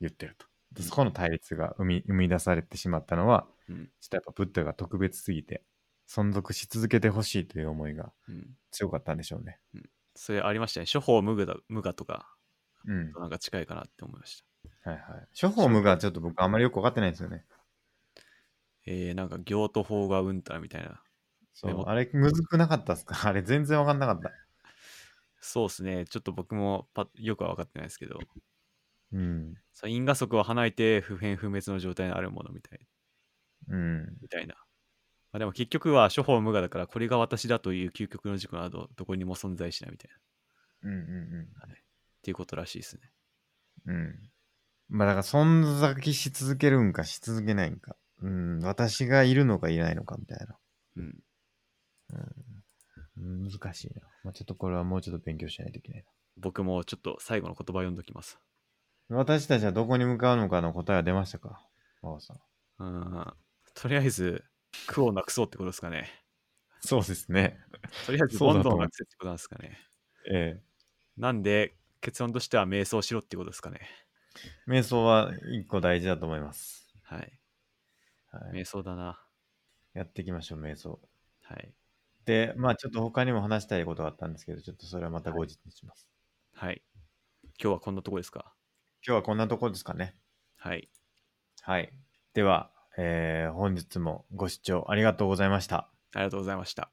[SPEAKER 1] 言ってると。でそこの対立が生み生み出されてしまったのは、
[SPEAKER 2] うん。
[SPEAKER 1] ちょっとやっぱブッダが特別すぎて、存続し続けてほしいという思いが
[SPEAKER 2] うん。
[SPEAKER 1] 強かったんでしょうね。
[SPEAKER 2] それありましたね。処方無我だ無我とか、
[SPEAKER 1] うん。
[SPEAKER 2] なんか近いかなって思いました。
[SPEAKER 1] はいはい。処方無がちょっと僕あんまりよくわかってないんですよね。
[SPEAKER 2] えー、なんか行と法がうんたらみたいな。
[SPEAKER 1] そ
[SPEAKER 2] で
[SPEAKER 1] う。
[SPEAKER 2] も
[SPEAKER 1] あれ、むずくなかったっすかあれ、全然わかんなかった。
[SPEAKER 2] そうですね。ちょっと僕もパッよくは分かってないですけど、
[SPEAKER 1] うん。
[SPEAKER 2] その因果則を離れて不変不滅の状態のあるものみたい
[SPEAKER 1] うん。
[SPEAKER 2] みたいな。まあ、でも結局は処方無我だから、これが私だという究極の自己など、どこにも存在しないみたいな。っ
[SPEAKER 1] うんうんうん。
[SPEAKER 2] ていうことらしいですね。
[SPEAKER 1] うん。まあだから存在し続けるんかし続けないんか。うん、私がいるのかいないのかみたいな。
[SPEAKER 2] うん。
[SPEAKER 1] うん難しいな。まあ、ちょっとこれはもうちょっと勉強しないといけない
[SPEAKER 2] 僕もちょっと最後の言葉読んどきます。
[SPEAKER 1] な。私たちはどこに向かうのかの答えは出ましたか馬場さん。
[SPEAKER 2] うん。とりあえず、苦をなくそうってことですかね。
[SPEAKER 1] そうですね。
[SPEAKER 2] とりあえず、
[SPEAKER 1] そう
[SPEAKER 2] ボ
[SPEAKER 1] だ
[SPEAKER 2] ン
[SPEAKER 1] と
[SPEAKER 2] ド
[SPEAKER 1] 思う
[SPEAKER 2] をなくせってことなんですかね。
[SPEAKER 1] え
[SPEAKER 2] なんで、結論としては瞑想しろってことですかね。
[SPEAKER 1] え。瞑想は一個大事だと思います。
[SPEAKER 2] はい。
[SPEAKER 1] はい、
[SPEAKER 2] 瞑想だな。
[SPEAKER 1] やっていきましょう、瞑想。
[SPEAKER 2] はい。
[SPEAKER 1] で、まあちょっと他にも話したいことがあったんですけど、ちょっとそれはまた後日にします。
[SPEAKER 2] はい。今日はこんなとこですか
[SPEAKER 1] 今日はこんなところですかね。
[SPEAKER 2] はい。
[SPEAKER 1] はい。では、えー本日もご視聴ありがとうございました。
[SPEAKER 2] ありがとうございました。